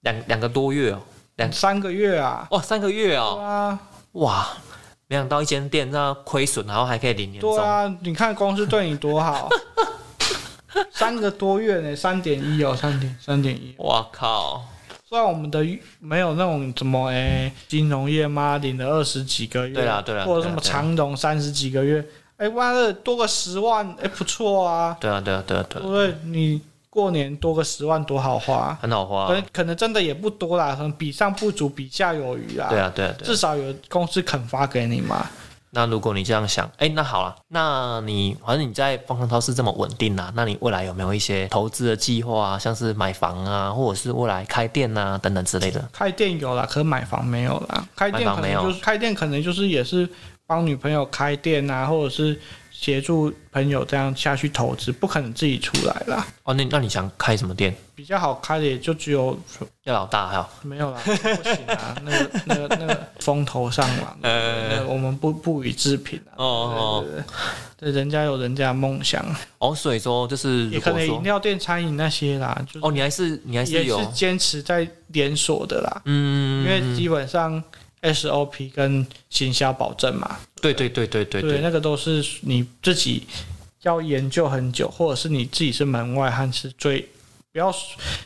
S1: 两两个多月哦，两
S2: 三个月啊，
S1: 哇三个月
S2: 对
S1: 哦，
S2: 啊，
S1: 哇，没想到一间店那亏损，然后还可以领年
S2: 对
S1: 终，
S2: 啊，你看公司对你 多好，三个多月呢、三点一哦，三点三点一。
S1: 我靠，
S2: 虽然我们的没有那种什么哎、金融业嘛，领了二十几个月，
S1: 对啦对啦
S2: 或者
S1: 对
S2: 什
S1: 啦
S2: 么
S1: 对啦
S2: 长荣三十几个月，哎、妈的多个十万，哎、不错啊，
S1: 对啊对啊对啊对
S2: 对
S1: 啊，
S2: 不对？你过年多个十万多好花，
S1: 很好花啊
S2: 可，能可能真的也不多啦，可能比上不足，比下有余啦，
S1: 对啊对啊对啊
S2: 至。少有公司肯发给你嘛。
S1: 那如果你这样想，哎、那好了，那你反正你在方康超市这么稳定啦、那你未来有没有一些投资的计划啊，像是买房啊，或者是未来开店啊等等之类的？
S2: 开店有啦，可是买房没有啦。开店
S1: 买
S2: 可
S1: 房没有
S2: 能就是开店，可能就是也是帮女朋友开店啊，或者是协助朋友这样下去投资，不可能自己出来啦。
S1: 哦，那那你想开什么店？
S2: 比较好开的也就只有
S1: 要老大还有
S2: 没有啦，不行啊， 那个那个那个风头上嘛，
S1: 呃
S2: 那个我们不不予置评啊。
S1: 哦哦
S2: 对，对对对，人家有人家的梦想，
S1: 哦，所以说就是
S2: 也
S1: 如
S2: 可
S1: 果
S2: 能饮
S1: 说
S2: 料店、餐饮那些啦，就是
S1: 哦，你还是你还
S2: 也
S1: 是有
S2: 是坚持在连锁的啦，
S1: 嗯，
S2: 因为基本上 SOP 跟行销保证嘛，
S1: 对对对对对
S2: 对
S1: 对，
S2: 那个都是你自己要研究很久，或者是你自己是门外汉，是最不要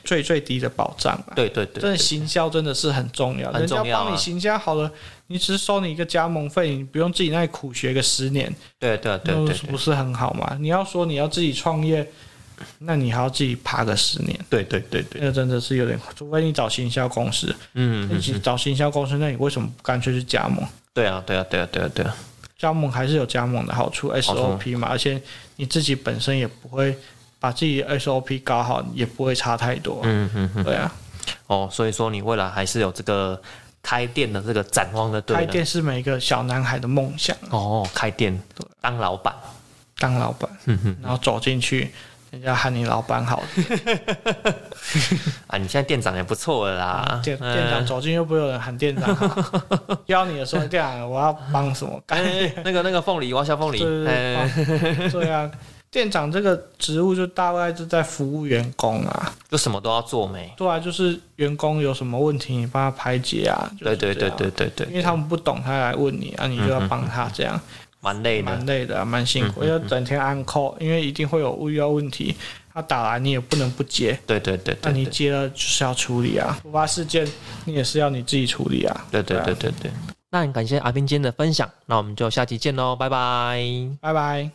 S2: 最最低的保障啊。
S1: 对对对，
S2: 真
S1: 对
S2: 的行销真的是很重要，
S1: 很重要啊
S2: 人家帮你行销好了，你只是收你一个加盟费，你不用自己那里苦学个十年，
S1: 对对对
S2: 那
S1: 对
S2: 不是很好吗？你要说你要自己创业，那你还要自己爬个十年，
S1: 对对对对，
S2: 那真的是有点，除非你找行销公司，
S1: 嗯，
S2: 你
S1: 嗯嗯
S2: 找行销公司，那你为什么不干脆去加盟？
S1: 对啊对啊对啊对啊对啊，
S2: 加盟还是有加盟的好处
S1: 处
S2: ，SOP 嘛，而且你自己本身也不会把自己的 SOP 搞好，也不会差太多。
S1: 嗯嗯嗯，
S2: 对啊，
S1: 哦，所以说你未来还是有这个开店的这个展望的，对啊
S2: 开
S1: 了
S2: 店是每个小男孩的梦想，
S1: 哦，开店当老板，
S2: 当老板，
S1: 嗯
S2: 然后走进去，人家喊你老板好，
S1: 啊，你现在店长也不错了 啦，
S2: 啊店
S1: 嗯
S2: 店长走进去又不会有人喊店长好， 邀你的时候，店长我要帮什么干？
S1: 哎，那个那个凤梨，我要削凤梨，
S2: 对
S1: 哎，
S2: 对对啊，店长这个职务就大概就在服务员工啊。
S1: 就什么都要做没？
S2: 对啊，就是员工有什么问题，你帮他排解啊。就
S1: 对
S2: 是
S1: 对
S2: 这
S1: 对
S2: 样
S1: 对对对，
S2: 因为他们不懂，他来问你啊，你就要帮他，这
S1: 嗯
S2: 样
S1: 蛮累的
S2: 蛮，累的啊，蛮辛
S1: 嗯
S2: 苦，要整天按 call，因为一定会有遇到问题，他打来你也不能不接，
S1: 对对对
S2: 那
S1: 对
S2: 啊你
S1: 对
S2: 接了就是要处理啊，突发事件你也是要你自己处理啊，
S1: 对对对
S2: 啊，
S1: 对对。那很感谢阿斌今天的分享，那我们就下期见喽，拜拜。
S2: 拜拜。